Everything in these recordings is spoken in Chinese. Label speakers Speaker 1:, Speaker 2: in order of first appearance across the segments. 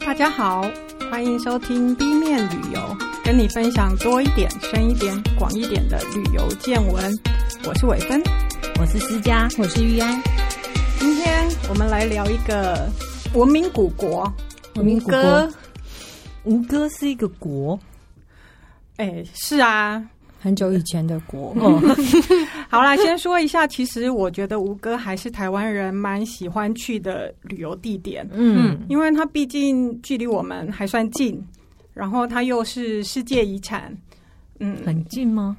Speaker 1: 大家好，欢迎收听 B 面旅游，跟你分享多一点、深一点、广一点的旅游见闻。我是伟芬，
Speaker 2: 我是思佳，我是玉安。
Speaker 1: 今天我们来聊一个文明古国——
Speaker 2: 文明古国
Speaker 1: 歌。
Speaker 2: 吴哥是一个国，
Speaker 1: 哎，是啊，
Speaker 2: 很久以前的国。
Speaker 1: 好啦，先说一下， 其实我觉得吴哥还是台湾人蛮喜欢去的旅游地点，
Speaker 2: 嗯，
Speaker 1: 因为它毕竟距离我们还算近，然后它又是世界遗产。嗯，
Speaker 2: 很近吗？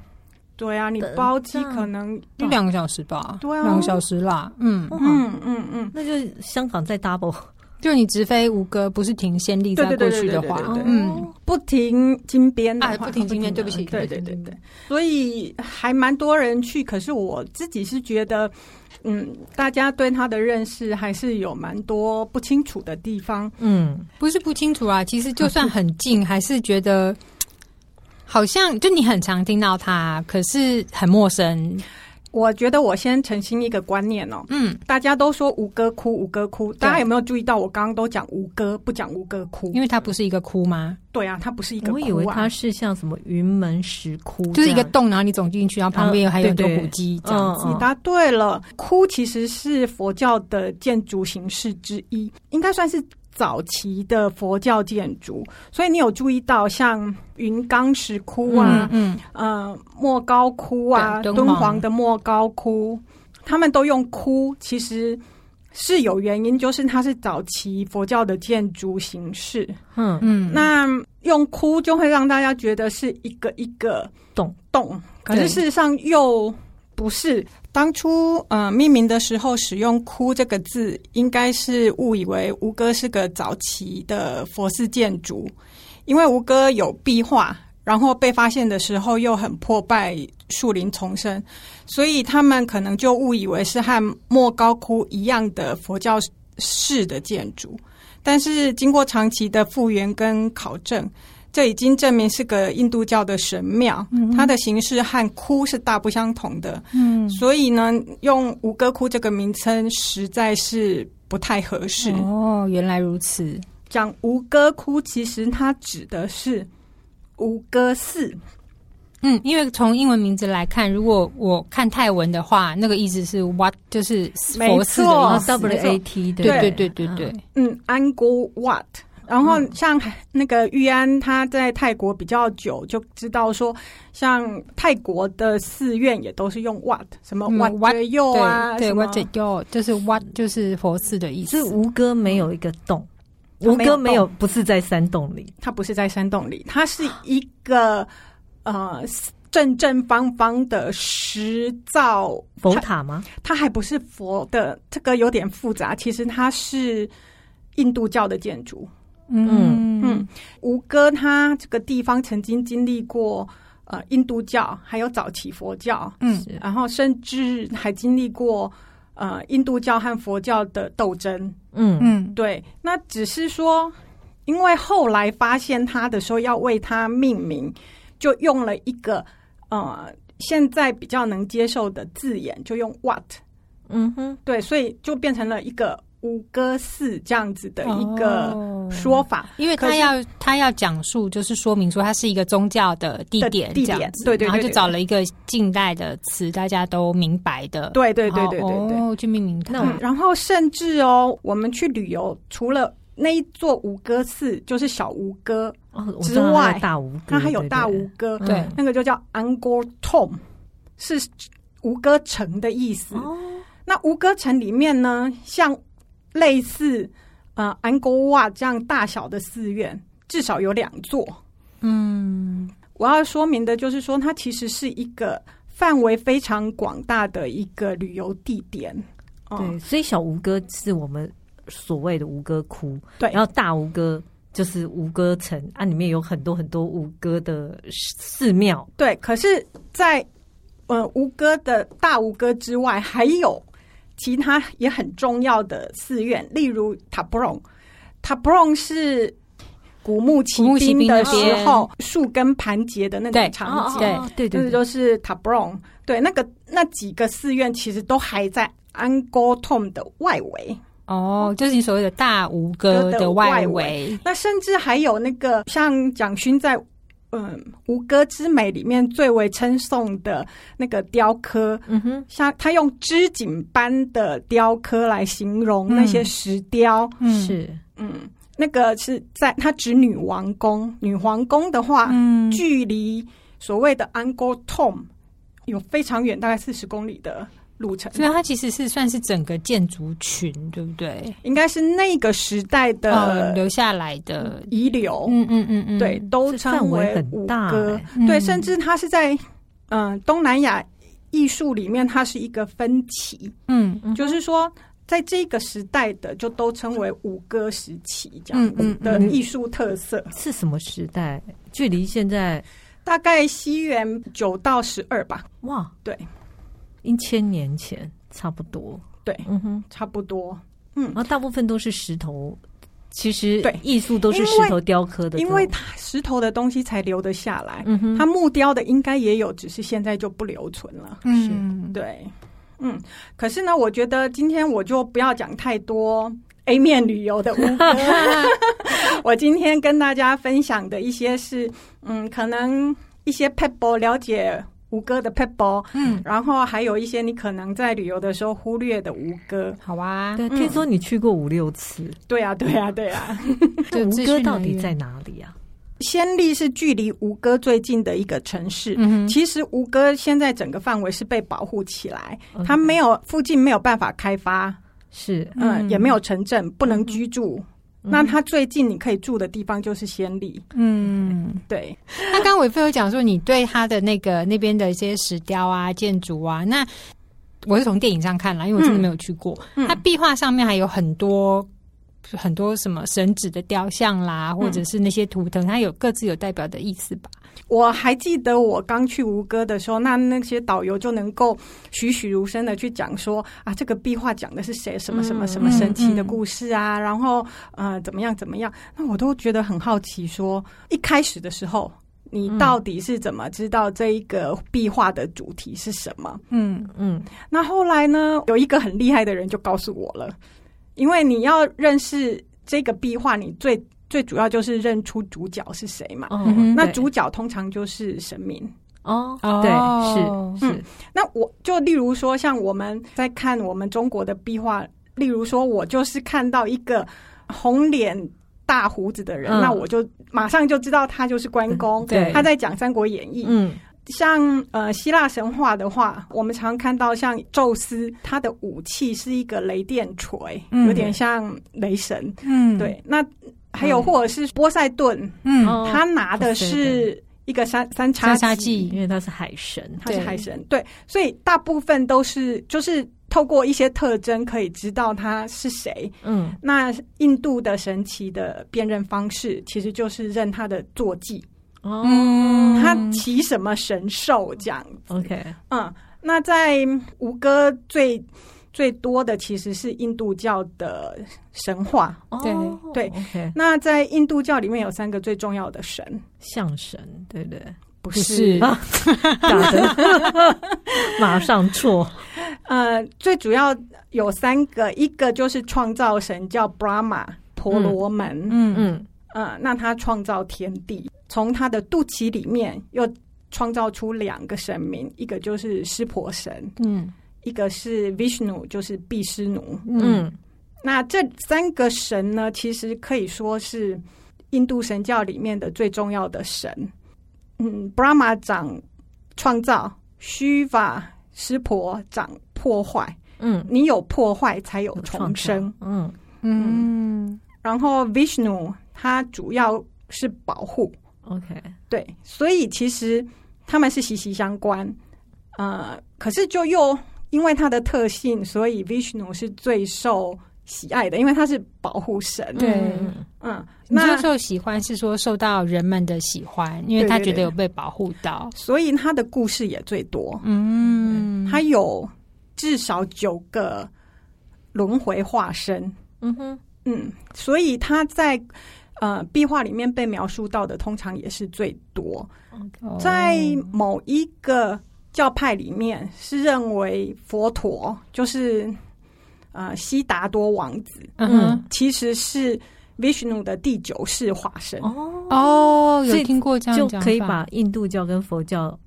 Speaker 1: 对啊，你
Speaker 2: 等
Speaker 1: 包机
Speaker 2: 到
Speaker 1: 可能
Speaker 3: 就两个小时吧，
Speaker 1: 对啊
Speaker 3: 两个小时啦。嗯，
Speaker 2: 嗯，
Speaker 1: 嗯嗯嗯，
Speaker 2: 那就香港在 double。
Speaker 3: 就你直飞吴哥，不是停先例再
Speaker 1: 对对
Speaker 3: 过
Speaker 1: 对
Speaker 3: 去的
Speaker 1: 对
Speaker 3: 话，
Speaker 1: 对对对
Speaker 3: 嗯，
Speaker 1: 不停金边的
Speaker 3: 哎，
Speaker 1: 话
Speaker 3: 不停今天，对不起，
Speaker 1: 对对对对，所以还蛮多人去。可是我自己是觉得，嗯，大家对它的认识还是有蛮多不清楚的地方。
Speaker 2: 嗯，
Speaker 3: 不是不清楚啊。其实就算很近，还是觉得好像就你很常听到它，可是很陌生。
Speaker 1: 我觉得我先澄清一个观念哦，
Speaker 3: 嗯，
Speaker 1: 大家都说吴哥窟，吴哥窟，大家有没有注意到我刚刚都讲吴哥，不讲吴哥窟
Speaker 3: 因？为它不是一个窟吗？
Speaker 1: 对啊，它不是一个窟
Speaker 2: 我
Speaker 1: 啊，
Speaker 2: 以为它是像什么云门石窟这样，
Speaker 3: 就是一个洞，然后你走进去，然后旁边有
Speaker 2: 嗯
Speaker 3: 还有很多
Speaker 2: 对对
Speaker 3: 古迹这样子。
Speaker 1: 你答对了，窟其实是佛教的建筑形式之一，应该算是早期的佛教建筑。所以你有注意到，像云冈石窟啊
Speaker 3: 嗯，嗯，
Speaker 1: 呃，莫高窟啊，
Speaker 3: 对
Speaker 1: 敦
Speaker 3: 敦煌
Speaker 1: 煌的莫高窟，他们都用窟，其实是有原因，就是它是早期佛教的建筑形式。
Speaker 2: 嗯嗯，
Speaker 3: 嗯，
Speaker 1: 那用窟就会让大家觉得是一个一个
Speaker 2: 洞
Speaker 1: 洞，可是
Speaker 3: 对
Speaker 1: 事实上又不是。当初呃命名的时候使用“窟”这个字，应该是误以为吴哥是个早期的佛寺建筑，因为吴哥有壁画，然后被发现的时候又很破败，树林丛生，所以他们可能就误以为是和莫高窟一样的佛教式的建筑。但是经过长期的复原跟考证，这已经证明是个印度教的神庙，它的形式和窟是大不相同的。嗯，所以呢，用吴哥窟这个名称实在是不太合适。
Speaker 3: 哦，原来如此。
Speaker 1: 讲吴哥窟，其实它指的是吴哥寺。
Speaker 3: 嗯，因为从英文名字来看，如果我看泰文的话，那个意思是 what，就是
Speaker 1: 没
Speaker 3: 佛寺
Speaker 1: 错
Speaker 3: 的
Speaker 2: 哦
Speaker 3: 意思。
Speaker 2: ，W A T 的，
Speaker 3: 对对对对对，
Speaker 1: 嗯安 n Wat。然后
Speaker 3: 嗯
Speaker 1: 像那个玉安，他在泰国比较久，就知道说，像泰国的寺院也都是用 Wat，什么
Speaker 3: 嗯
Speaker 1: Wat
Speaker 3: Wat，
Speaker 1: j 佑啊，
Speaker 3: 对对
Speaker 1: 什么
Speaker 3: what 就就是 what 就是佛寺的意
Speaker 2: 是
Speaker 3: 思。
Speaker 2: 吴哥没有一个洞，
Speaker 1: 它
Speaker 2: 吴
Speaker 1: 没有
Speaker 2: 哥没有，
Speaker 1: 洞
Speaker 2: 不是在山洞里，
Speaker 1: 它不是在山洞里，它是一个呃正正方方的石造
Speaker 2: 佛
Speaker 1: 它
Speaker 2: 塔吗？
Speaker 1: 它还不是佛的，这个有点复杂。其实它是印度教的建筑，
Speaker 2: 嗯
Speaker 1: 嗯，吴哥他这个地方曾经经历过呃印度教，还有早期佛教，
Speaker 3: 嗯
Speaker 2: 是
Speaker 1: 然后甚至还经历过呃印度教和佛教的斗争。
Speaker 2: 嗯
Speaker 3: 嗯，
Speaker 1: 对，那只是说，因为后来发现它的时候要为它命名，就用了一个呃现在比较能接受的字眼，就用 what。
Speaker 2: 嗯哼，
Speaker 1: 对，所以就变成了一个吴哥寺这样子的一个
Speaker 3: 哦
Speaker 1: 说法。
Speaker 3: 因为
Speaker 1: 可
Speaker 3: 他
Speaker 1: 是
Speaker 3: 要他要讲述，就是说明说它是一个宗教的地
Speaker 1: 的
Speaker 3: 点，
Speaker 1: 地
Speaker 3: 这样
Speaker 1: 点
Speaker 3: 子
Speaker 1: 对对对
Speaker 3: 然后就
Speaker 1: 对
Speaker 3: 找了一个近代的词，大家都明白的，
Speaker 1: 对对对对对对
Speaker 3: 然后哦，去命名它。
Speaker 2: 那
Speaker 1: 嗯，然后甚至哦，我们去旅游，除了那一座吴哥寺，就是小吴哥，
Speaker 2: 哦，我
Speaker 1: 之
Speaker 2: 知道它有
Speaker 1: 外
Speaker 2: 大吴哥，
Speaker 1: 它还有
Speaker 2: 对
Speaker 1: 大吴，哥，
Speaker 2: 对
Speaker 3: 对
Speaker 2: 嗯
Speaker 1: 那个就叫 Angkor Tom，是吴哥城的意思。
Speaker 2: 哦，
Speaker 1: 那吴哥城里面呢，像类似呃安哥瓦这样大小的寺院，至少有两座。
Speaker 3: 嗯，
Speaker 1: 我要说明的就是说，它其实是一个范围非常广大的一个旅游地点。哦
Speaker 2: 对，所以小吴哥是我们所谓的吴哥窟，
Speaker 1: 对
Speaker 2: 然后大吴哥就是吴哥城啊，里面有很多很多吴哥的寺庙，
Speaker 1: 对，可是在，呃吴哥的大吴哥之外，还有其他也很重要的寺院，例如塔布隆。塔布隆是古墓骑
Speaker 3: 古墓骑
Speaker 1: 兵
Speaker 3: 兵
Speaker 1: 的
Speaker 3: 那
Speaker 1: 时
Speaker 3: 边
Speaker 1: 候，树根盘结的那
Speaker 3: 对
Speaker 1: 种场景。
Speaker 3: 对
Speaker 2: 哦对
Speaker 1: 那
Speaker 2: 对
Speaker 1: 个
Speaker 2: 对，
Speaker 1: 就是塔布隆。对，那个那几个寺院其实都还在安哥 t o m 的外围。
Speaker 3: 哦，就是你所谓的大吴哥的
Speaker 1: 外
Speaker 3: 围，
Speaker 1: 那甚至还有那个像蒋勋在嗯《吴歌之美》里面最为称颂的那个雕刻，
Speaker 2: 嗯哼，
Speaker 1: 像他用织锦般的雕刻来形容那些
Speaker 3: 嗯
Speaker 1: 石雕，
Speaker 3: 嗯
Speaker 2: 是
Speaker 1: 嗯，那个是在他指女王宫，女皇宫的话，
Speaker 3: 嗯
Speaker 1: 距离所谓的 Angle Tom 有非常远，大概四十公里的路程，
Speaker 3: 所以它其实是啊算是整个建筑群，对不对？
Speaker 1: 应该是那个时代
Speaker 3: 呃，
Speaker 1: 的
Speaker 3: 留下来的，
Speaker 1: 遗留，
Speaker 3: 嗯嗯嗯嗯，
Speaker 1: 对，都
Speaker 2: 这
Speaker 1: 称
Speaker 2: 范围
Speaker 1: 为
Speaker 2: 很
Speaker 1: 五
Speaker 2: 大
Speaker 1: 哥。
Speaker 2: 欸
Speaker 3: 嗯
Speaker 1: 对，甚至它是在嗯、呃东南亚艺术里面，它是一个分歧，
Speaker 3: 嗯嗯
Speaker 1: 就是说。在这个时代的，就都称为五哥时期这样
Speaker 3: 嗯
Speaker 1: 子
Speaker 3: 嗯
Speaker 1: 的
Speaker 3: 嗯
Speaker 1: 艺术特色。
Speaker 2: 是什么时代？距离现在
Speaker 1: 大概西元九到十二吧，
Speaker 2: 哇，
Speaker 1: 对，
Speaker 2: 一千年前差不多。
Speaker 1: 对
Speaker 2: 嗯哼，
Speaker 1: 差不多。
Speaker 2: 然后大部分都是石头，其实
Speaker 1: 对
Speaker 2: 艺术都是石头雕刻的，
Speaker 1: 因为
Speaker 2: 对
Speaker 1: 它石头的东西才留得下来，
Speaker 2: 嗯哼，
Speaker 1: 它木雕的应该也有，只是现在就不留存了。
Speaker 3: 嗯，
Speaker 1: 对，嗯，可是呢，我觉得今天我就不要讲太多 A 面旅游的 乌龟 我今天跟大家分享的一些是，嗯，可能一些 pebble 了解吴哥的 pebble，
Speaker 3: 嗯，
Speaker 1: 然后还有一些你可能在旅游的时候忽略的吴哥。
Speaker 3: 好啊，
Speaker 2: 对，听说你去过五六次，
Speaker 1: 对啊，对啊，对啊。
Speaker 3: 就
Speaker 2: 吴
Speaker 3: 资
Speaker 2: 哥
Speaker 3: 讯
Speaker 2: 到
Speaker 3: 来
Speaker 2: 底
Speaker 3: 源
Speaker 2: 在哪里啊？
Speaker 1: 暹粒是距离吴哥最近的一个城市。
Speaker 3: 嗯哼
Speaker 1: 其实吴哥现在整个范围是被保护起来，
Speaker 3: 嗯
Speaker 2: OK
Speaker 1: 它没有附近没有办法开发，
Speaker 2: 是
Speaker 1: 嗯，
Speaker 3: 嗯
Speaker 1: 也没有城镇，不能居住。
Speaker 2: 嗯
Speaker 1: 那它最近你可以住的地方就是暹粒，
Speaker 3: 嗯。
Speaker 1: 对，
Speaker 3: 那刚刚伟飞有讲说，你对他的那个那边的一些石雕啊、建筑啊，那我是从电影上看啦，因为我真的没有去过。
Speaker 1: 嗯
Speaker 3: 它壁画上面还有很多很多什么神纸的雕像啦，或者是那些图腾，它有各自有代表的意思吧？
Speaker 1: 我还记得我刚去吴哥的时候，那那些导游就能够栩栩如生的去讲说啊，这个壁画讲的是谁，什么什么什么
Speaker 3: 嗯
Speaker 1: 神奇的
Speaker 3: 嗯
Speaker 1: 故事啊，然后呃怎么样怎么样，那我都觉得很好奇说，一开始的时候你
Speaker 3: 嗯
Speaker 1: 到底是怎么知道这一个壁画的主题是什么？
Speaker 3: 嗯
Speaker 2: 嗯，
Speaker 1: 那后来呢，有一个很厉害的人就告诉我了，因为你要认识这个壁画，你最最主要就是认出主角是谁嘛。
Speaker 2: 哦
Speaker 3: 嗯哼，
Speaker 1: 那
Speaker 2: 对
Speaker 1: 主角通常就是神明。
Speaker 2: 哦，
Speaker 3: 哦
Speaker 2: 对，是是，
Speaker 1: 那我就例如说，像我们在看我们中国的壁画，例如说，我就是看到一个红脸大胡子的人，
Speaker 2: 嗯
Speaker 1: 那我就马上就知道他就是关公。
Speaker 2: 对
Speaker 1: 他在讲《三国演义》
Speaker 2: 嗯，
Speaker 1: 像呃希腊神话的话，我们常看到像宙斯，他的武器是一个雷电锤，
Speaker 3: 嗯
Speaker 1: 有点像雷神。
Speaker 3: 嗯，
Speaker 1: 对，那还有或者是波塞顿，
Speaker 3: 嗯，
Speaker 2: 哦
Speaker 1: 他拿的
Speaker 2: 波塞
Speaker 1: 是一个三三叉
Speaker 3: 三叉
Speaker 1: 戟，
Speaker 3: 戟
Speaker 2: 因，为他是海神，
Speaker 1: 他是
Speaker 3: 对
Speaker 1: 海神。对，所以大部分都是就是透过一些特征可以知道他是谁。
Speaker 2: 嗯，
Speaker 1: 那印度的神奇的辨认方式，其实就是认他的坐骑，
Speaker 2: 哦
Speaker 3: 嗯
Speaker 1: 他骑什么神兽这样子。
Speaker 2: ，OK，
Speaker 1: 嗯，那在吴哥最最多的其实是印度教的神话。
Speaker 2: 哦
Speaker 1: 对
Speaker 2: ，OK，
Speaker 1: 那在印度教里面有三个最重要的神，
Speaker 2: 象神，对不对？
Speaker 1: 不
Speaker 3: 不是
Speaker 2: 啊打的 马上错，
Speaker 1: 呃，最主要有三个，一个就是创造神叫 Brahma 婆罗门，嗯、
Speaker 3: 嗯嗯
Speaker 2: 嗯，
Speaker 1: 呃，那他创造天地，从他的肚脐里面又创造出两个神明，一个就是湿婆神，
Speaker 3: 嗯
Speaker 1: 一个是 Vishnu，就是毗湿奴，
Speaker 2: 嗯
Speaker 1: 那这三个神呢，其实可以说是印度神教里面的最重要的神。嗯，Brahma 掌创造，Shiva 湿婆掌破坏。
Speaker 2: 嗯
Speaker 1: 你有破坏，才有重生。
Speaker 2: 嗯
Speaker 3: 嗯
Speaker 1: 然后 Vishnu 他主要是保护，
Speaker 2: ，OK，
Speaker 1: 对，所以其实他们是息息相关。呃，可是就又因为它的特性，所以 Vishnu 是最受喜爱的，因为他是保护神。
Speaker 3: 对
Speaker 2: 嗯
Speaker 1: 嗯，
Speaker 3: 你说
Speaker 1: 那
Speaker 3: 受喜欢是说受到人们的喜欢，因为
Speaker 1: 对
Speaker 3: 他
Speaker 1: 对
Speaker 3: 觉得
Speaker 1: 对
Speaker 3: 有被保护到。
Speaker 1: 所以他的故事也最多，
Speaker 3: 嗯，
Speaker 1: 他有至少九个轮回化身。
Speaker 2: 嗯哼，
Speaker 1: 嗯，所以他在呃壁画里面被描述到的，通常也是最多。
Speaker 3: 哦
Speaker 1: 在某一个教派里面，是认为佛陀就是呃悉达多王子，
Speaker 3: 嗯哼，
Speaker 1: 其实是 Vishnu 的第九世化身。
Speaker 2: 哦，
Speaker 3: 哦，
Speaker 2: 所以
Speaker 3: 有听过这样
Speaker 2: 就
Speaker 3: 讲法
Speaker 2: 可以把印度教跟佛教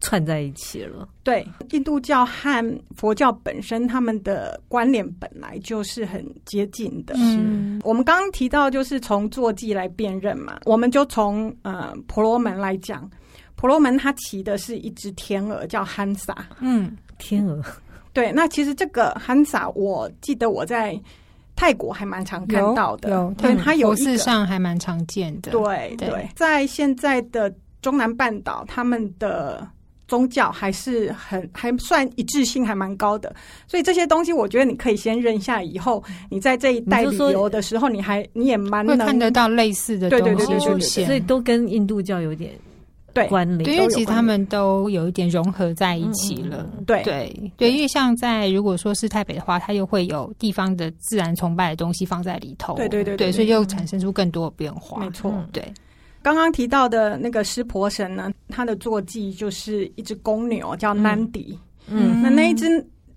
Speaker 2: 串在一起了。
Speaker 1: 对，印度教和佛教本身他们的关联本来就是很接近的。
Speaker 3: 嗯
Speaker 1: 我们刚刚提到，就是从坐骑来辨认嘛，我们就从呃婆罗门来讲，婆罗门它骑的是一只天鹅，叫汉萨。
Speaker 3: 嗯
Speaker 2: 天鹅，
Speaker 1: 对，那其实这个汉萨，我记得我在泰国还蛮常看到的，
Speaker 3: 有
Speaker 1: 因为它有
Speaker 3: 佛
Speaker 1: 一个
Speaker 3: 寺上还蛮常见的，
Speaker 1: 对
Speaker 3: 对
Speaker 1: 对，在现在的中南半岛，他们的宗教还是很还算一致性还蛮高的，所以这些东西我觉得你可以先认一下，以后你在这一带
Speaker 2: 你就
Speaker 1: 旅
Speaker 2: 说
Speaker 1: 游的时候，你还你也蛮
Speaker 3: 嗯会看
Speaker 1: 能
Speaker 3: 得到类似的
Speaker 1: 对对对
Speaker 3: 东西
Speaker 1: 对对
Speaker 3: 出
Speaker 1: 对
Speaker 3: 现，
Speaker 2: 所以都跟印度教有点
Speaker 1: 对
Speaker 2: 关联。
Speaker 3: 对，因为其实他们都有一点融合在一起了。
Speaker 2: 嗯嗯
Speaker 1: 对
Speaker 3: 对对，因为像在如果说是台北的话，它又会有地方的自然崇拜的东西放在里头，
Speaker 1: 对对对对
Speaker 3: 对，所以又产生出更多的变化。
Speaker 1: 没错。
Speaker 2: 嗯
Speaker 3: 对，
Speaker 1: 刚刚提到的那个湿婆神呢，他的坐骑就是一只公牛，叫
Speaker 2: 嗯
Speaker 1: 南迪。
Speaker 2: 嗯
Speaker 1: 那那一只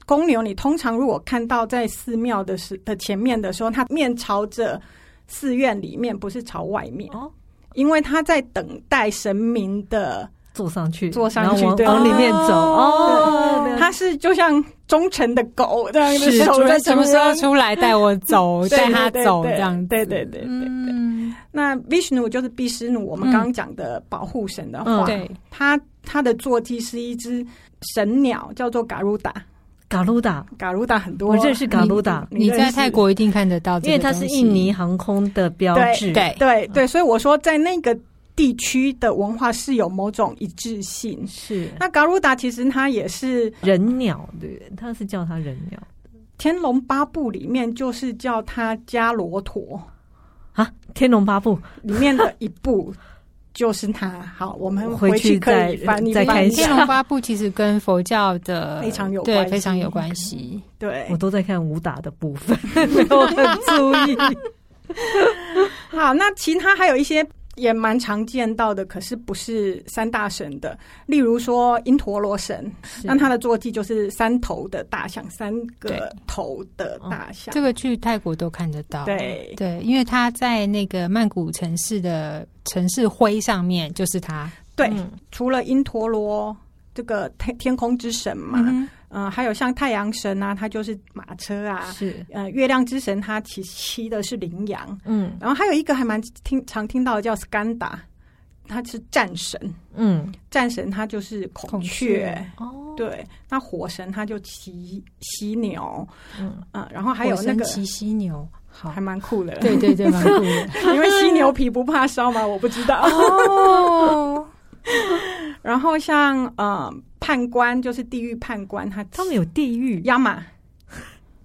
Speaker 1: 公牛，你通常如果看到在寺庙的时的前面的时候，它面朝着寺院里面，不是朝外面。
Speaker 2: 哦
Speaker 1: 因为他在等待神明的，
Speaker 2: 坐上去，
Speaker 1: 坐上去
Speaker 2: 然后往
Speaker 1: 对
Speaker 2: 往里面走
Speaker 1: 哦
Speaker 2: 哦。了解
Speaker 1: 他是就像忠诚的狗这样子
Speaker 3: 是
Speaker 1: 守
Speaker 3: 主
Speaker 1: 着
Speaker 3: 人什么时候
Speaker 1: 主人
Speaker 3: 出来带我 走，
Speaker 1: 对
Speaker 3: 带他
Speaker 1: 对对
Speaker 3: 走
Speaker 1: 对
Speaker 3: 这样子。
Speaker 1: 对对对对对。
Speaker 3: 嗯，
Speaker 1: 那 Vishnu 就是毗湿奴，我们
Speaker 3: 嗯
Speaker 1: 刚刚讲的保护神的
Speaker 2: 嗯
Speaker 1: 话，
Speaker 3: 对，
Speaker 1: 他他的坐骑是一只神鸟，叫做 Garuda。
Speaker 2: 嘎鲁达，
Speaker 1: Garuda 很多，
Speaker 2: 我认识嘎鲁达，
Speaker 1: 你
Speaker 3: 你
Speaker 1: 认
Speaker 3: 在
Speaker 1: 识
Speaker 3: 泰国一定看得到这
Speaker 2: 因
Speaker 3: 个
Speaker 2: 为
Speaker 3: 东
Speaker 2: 它是
Speaker 3: 西，
Speaker 2: 印尼航空的标志。
Speaker 3: 对
Speaker 1: 对对，所以我说在那个地区的文化是有某种一致性。
Speaker 2: 是
Speaker 1: 那 Garuda 其实它也是
Speaker 2: 人鸟，对，他是叫它人鸟
Speaker 1: 《天龙八部》里面就是叫它伽罗陀，
Speaker 2: 啊，《天龙八部》
Speaker 1: 里面的一部就是它。好，我们
Speaker 2: 回去
Speaker 1: 去可以
Speaker 2: 再
Speaker 1: 翻译
Speaker 2: 再
Speaker 1: 翻
Speaker 2: 看一
Speaker 1: 译
Speaker 2: 下
Speaker 3: 天龙八部其实跟佛教 的
Speaker 1: 非常有关
Speaker 3: 对
Speaker 1: 系嗯
Speaker 3: 非常有关系。
Speaker 1: 对
Speaker 2: 我，都在看武打的部分， 没有很注 意。
Speaker 1: 好，那其他还有一些也蛮常见到的，可是不是三大神的，例如说因陀罗神，那它的坐骑就是三头的大象，三
Speaker 3: 对
Speaker 1: 个头的大象
Speaker 3: 这。个去泰国都看得
Speaker 2: 哦
Speaker 3: 到，
Speaker 1: 对
Speaker 2: 嗯
Speaker 3: 对，因为它在那个曼谷城市的城市徽上面就是它，
Speaker 1: 对，
Speaker 2: 嗯
Speaker 1: 除了因陀罗这个天天空之神嘛，
Speaker 3: 嗯
Speaker 1: 嗯、还有像太阳神啊，它就是马车啊，
Speaker 2: 是
Speaker 1: 呃，月亮之神他骑骑的是羚羊，
Speaker 2: 嗯
Speaker 1: 然后还有一个还蛮听常听到的叫 Skanda，他是战神，
Speaker 2: 嗯
Speaker 1: 战神他就是孔
Speaker 3: 孔
Speaker 1: 雀，
Speaker 3: 雀
Speaker 2: 哦
Speaker 1: 对，那火神他就骑犀牛，
Speaker 2: 嗯
Speaker 1: 嗯、然后还有那个
Speaker 3: 火神骑犀牛，好
Speaker 1: 还，蛮酷的，
Speaker 3: 对，对对，蛮酷 的
Speaker 1: 因为犀牛皮不怕烧嘛，我不知道。
Speaker 3: 哦。
Speaker 1: 然后像呃判官就是地狱判官，他
Speaker 2: 他们有地狱
Speaker 1: 亚马，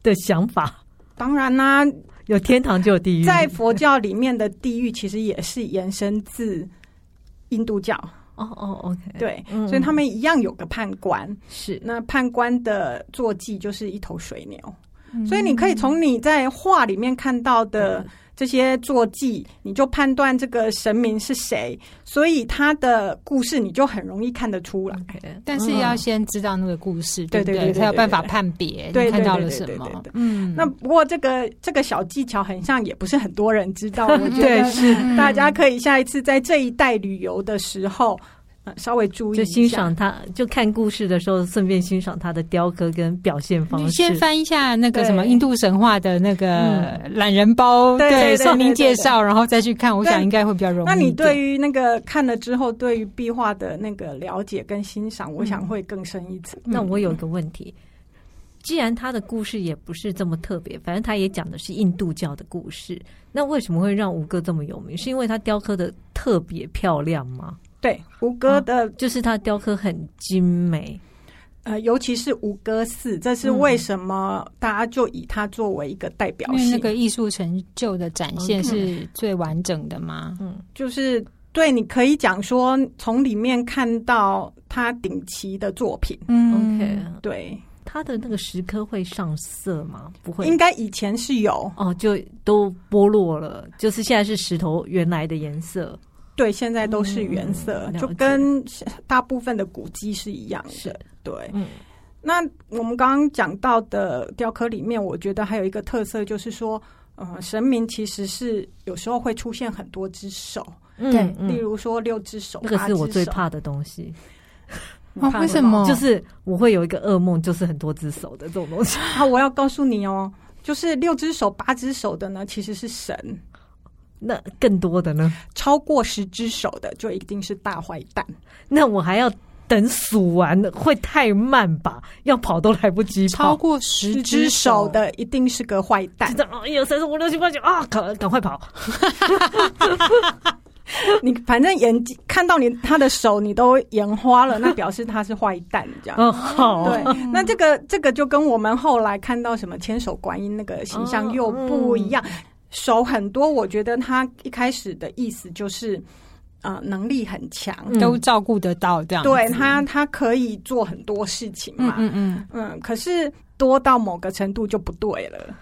Speaker 2: 的想法，
Speaker 1: 当然啦、
Speaker 2: 有天堂就有地狱。
Speaker 1: 在佛教里面的地狱其实也是延伸自印度教，
Speaker 2: 哦哦，OK，，
Speaker 1: 对。
Speaker 2: 嗯
Speaker 1: 所以他们一样有个判官，
Speaker 2: 是
Speaker 1: 那判官的坐骑就是一头水牛，
Speaker 2: 嗯
Speaker 1: 所以你可以从你在画里面看到的这些坐骑，你就判断这个神明是谁，所以他的故事你就很容易看得出来。
Speaker 2: OK，
Speaker 3: 但是要先知道那个故事，
Speaker 1: 嗯对
Speaker 3: 不
Speaker 1: 对对对对
Speaker 3: 才有办法判别
Speaker 1: 对
Speaker 3: 你看到
Speaker 1: 对
Speaker 3: 了
Speaker 1: 对
Speaker 3: 什
Speaker 1: 对对
Speaker 3: 么
Speaker 1: 对。
Speaker 3: 嗯，
Speaker 1: 那不过这个这个小技巧，很像也不是很多人知 道，哦我觉
Speaker 2: 对
Speaker 1: 得
Speaker 2: 是
Speaker 1: 大家可以下一次在这一带旅游的时候，呃稍微注意
Speaker 2: 就
Speaker 1: 一
Speaker 2: 欣
Speaker 1: 下。
Speaker 2: 赏他，就看故事的时候顺便欣赏他的雕刻跟表现方
Speaker 3: 你
Speaker 2: 式。
Speaker 3: 先翻一下那个
Speaker 1: 对嗯
Speaker 3: 什么印度神话的那个懒人包，
Speaker 1: 对对对
Speaker 3: 说明
Speaker 1: 对对
Speaker 3: 介绍，然后再去看，我
Speaker 1: 对
Speaker 3: 想应该会比较容易一
Speaker 1: 那
Speaker 3: 点。
Speaker 1: 你对于那个看了之后，对于壁画的那个了解跟欣赏，我想会更深一层。
Speaker 2: 嗯那我有一个问题，既然他的故事也不是这么特别，反正他也讲的是印度教的故事，那为什么会让吴哥这么有名？是因为他雕刻的特别漂亮吗？
Speaker 1: 对吴哥的
Speaker 2: 就是他雕刻很精美，
Speaker 1: 呃，尤其是吴哥寺，这是为什么大家就以它作为一个代表哦嗯
Speaker 3: 因为
Speaker 1: 性，
Speaker 3: 那个艺术成就的展现是最完整的嘛。
Speaker 2: 嗯
Speaker 1: 就是对，你可以讲说从里面看到他顶级的作品，
Speaker 3: 嗯
Speaker 2: ，OK，
Speaker 1: 对，
Speaker 2: 他的那个石刻会上色吗？不会
Speaker 1: 应。该以前是有，
Speaker 2: 哦，就都剥落了，就是现在是石头原来的颜色，
Speaker 1: 对，现在都是原色，
Speaker 2: 嗯了解
Speaker 1: 就跟大部分的古迹是一样的，
Speaker 2: 是
Speaker 1: 对。
Speaker 2: 嗯，
Speaker 1: 那我们刚刚讲到的雕刻里面，我觉得还有一个特色就是说，呃，神明其实是有时候会出现很多只手，
Speaker 2: 对
Speaker 1: 例如说六只手，
Speaker 2: 嗯那个
Speaker 1: 八
Speaker 2: 是
Speaker 1: 只
Speaker 2: 我最
Speaker 1: 手
Speaker 2: 怕的东西，
Speaker 1: 你怕
Speaker 3: 哦为什么哦
Speaker 2: 就是我会有一个噩梦，就是很多只手的这种东西。
Speaker 1: 啊，我要告诉你哦，就是六只手、八只手的呢，其实是神；
Speaker 2: 那更多的呢？
Speaker 1: 超过十只手的，就一定是大坏蛋。
Speaker 2: 那我还要等数完，会太慢吧？要跑都来不及跑，
Speaker 3: 超过十
Speaker 1: 十
Speaker 3: 只
Speaker 1: 只手
Speaker 3: 手的，
Speaker 1: 的一定是个坏蛋
Speaker 2: 就。这样哦，一二三四五六七八九啊，赶赶快跑！
Speaker 1: 你反正眼睛看到你他的手，你都眼花了，那表示他是坏蛋这样。
Speaker 2: 嗯，好，
Speaker 1: 对，那这个这个就跟我们后来看到什么千手观音那个形
Speaker 2: 哦
Speaker 1: 象又
Speaker 2: 嗯
Speaker 1: 不一样。手很多，我觉得他一开始的意思就是，呃，能力很强，
Speaker 2: 嗯
Speaker 3: 都照顾得到这样子。
Speaker 1: 对他他可以做很多事情
Speaker 3: 嗯
Speaker 1: 嘛。
Speaker 3: 嗯嗯，
Speaker 1: 嗯，可是多到某个程度就不对了。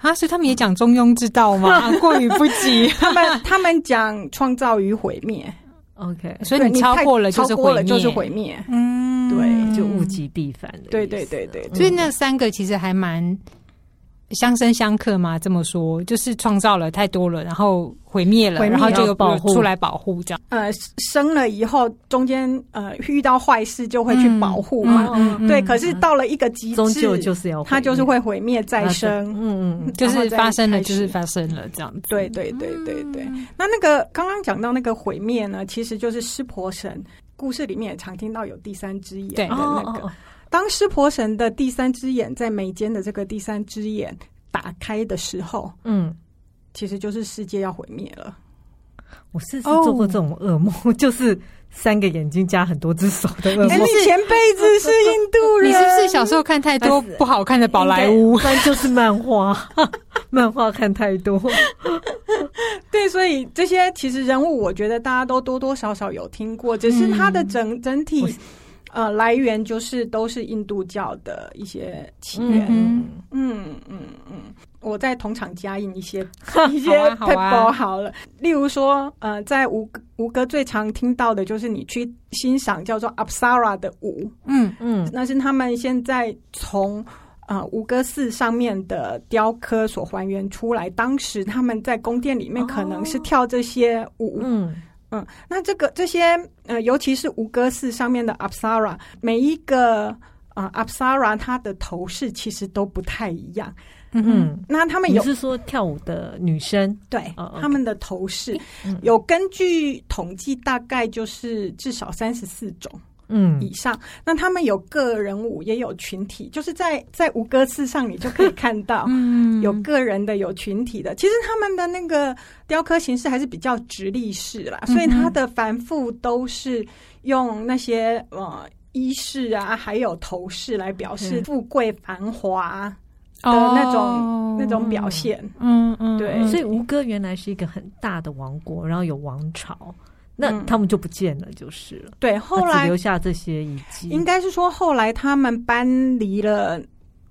Speaker 3: 啊，所以他们也讲中庸之道 嘛，过于不及。
Speaker 1: 他们他们讲创造与毁灭，
Speaker 2: OK，
Speaker 3: 所以
Speaker 1: 对
Speaker 3: 你
Speaker 1: 你
Speaker 3: 超
Speaker 1: 太
Speaker 3: 过了就是
Speaker 1: 超过
Speaker 3: 毁
Speaker 1: 了就是
Speaker 3: 灭。
Speaker 1: 毁灭。
Speaker 3: 嗯
Speaker 1: 对
Speaker 2: 就物。极必反的意思。嗯
Speaker 1: 对对对对
Speaker 3: 所以那三个其实还蛮相生相克嘛，这么说就是创造了太多了，然后毁灭了，
Speaker 1: 毁灭
Speaker 3: 然后就有
Speaker 2: 要保护
Speaker 3: 出来保护这样。
Speaker 1: 呃，生了以后中间呃遇到坏事就会去保护嘛。
Speaker 2: 嗯
Speaker 1: 对，可是到了一个极致，
Speaker 2: 终究就是要毁灭，
Speaker 1: 它就是会毁灭再生。
Speaker 2: 嗯嗯嗯，
Speaker 3: 就是发生了，
Speaker 1: 然后再开始
Speaker 3: 就是发嗯生了这样子。
Speaker 1: 对对对对对。那那个刚刚讲到那个毁灭呢，其实就是湿婆神。故事里面也常听到有第三只眼的
Speaker 3: 对
Speaker 1: 那个，
Speaker 2: 哦哦哦，
Speaker 1: 当湿婆神的第三只眼在眉间的这个第三只眼打开的时候，
Speaker 2: 嗯，
Speaker 1: 其实就是世界要毁灭了。
Speaker 2: 我是是做过这种噩梦，就是三个眼睛加很多只手的噩
Speaker 1: 哦哎、
Speaker 2: 梦。
Speaker 1: 你前辈子是印度
Speaker 3: 嗯 你
Speaker 1: 人，
Speaker 3: 是不是小时候看太多不好看的宝莱坞？
Speaker 2: 不然就是漫画， 漫画看太多。
Speaker 1: 对，所以这些其实人物，我觉得大家都多多少少有听过，只是它的整整体
Speaker 3: 嗯
Speaker 2: 我是。
Speaker 1: 呃，来源就是都是印度教的一些起源。
Speaker 2: 嗯，
Speaker 1: 嗯嗯嗯，我再同场加印一些 一些
Speaker 3: 好啊好
Speaker 1: p e
Speaker 3: 啊
Speaker 1: p 好了，例如说，呃，在吴哥吴哥最常听到的就是你去欣赏叫做 Apsara 的舞，
Speaker 3: 嗯，
Speaker 2: 嗯
Speaker 1: 那是他们现在从呃吴哥寺上面的雕刻所还原出来。当时他们在宫殿里面
Speaker 3: 哦
Speaker 1: 可能是跳这些舞，
Speaker 2: 嗯
Speaker 1: 嗯，那这个这些呃，尤其是吴哥寺上面的 Apsara，每一个。呃 a p s a r a 它的头饰其实都不太一样。
Speaker 2: 嗯，
Speaker 1: 那他们
Speaker 2: 你
Speaker 1: 有
Speaker 2: 是说跳舞的女生？
Speaker 1: 对
Speaker 2: 哦，OK
Speaker 1: 他们的头饰
Speaker 2: 嗯
Speaker 1: 有根据统计，大概就是至少三十四种
Speaker 2: 嗯
Speaker 1: 以上。那他们有个人舞，也有群体，就是在在吴歌寺上，你就可以看到
Speaker 3: 嗯
Speaker 1: 有个人的，有群体的。其实他们的那个雕刻形式还是比较直立式啦，
Speaker 2: 嗯
Speaker 1: 所以它的繁复都是用那些呃。衣饰啊，还有头饰来表示
Speaker 2: 嗯
Speaker 1: 富贵繁华、
Speaker 3: 哦
Speaker 1: 那种那种表现。
Speaker 3: 嗯嗯，
Speaker 1: 对
Speaker 3: 嗯
Speaker 2: 所以吴哥原来是一个很大的王国，然后有王朝，那
Speaker 1: 嗯
Speaker 2: 他们就不见了，就是了。
Speaker 1: 对，后
Speaker 2: 那只
Speaker 1: 来
Speaker 2: 留下这些遗迹，
Speaker 1: 应该是说后来他们搬离了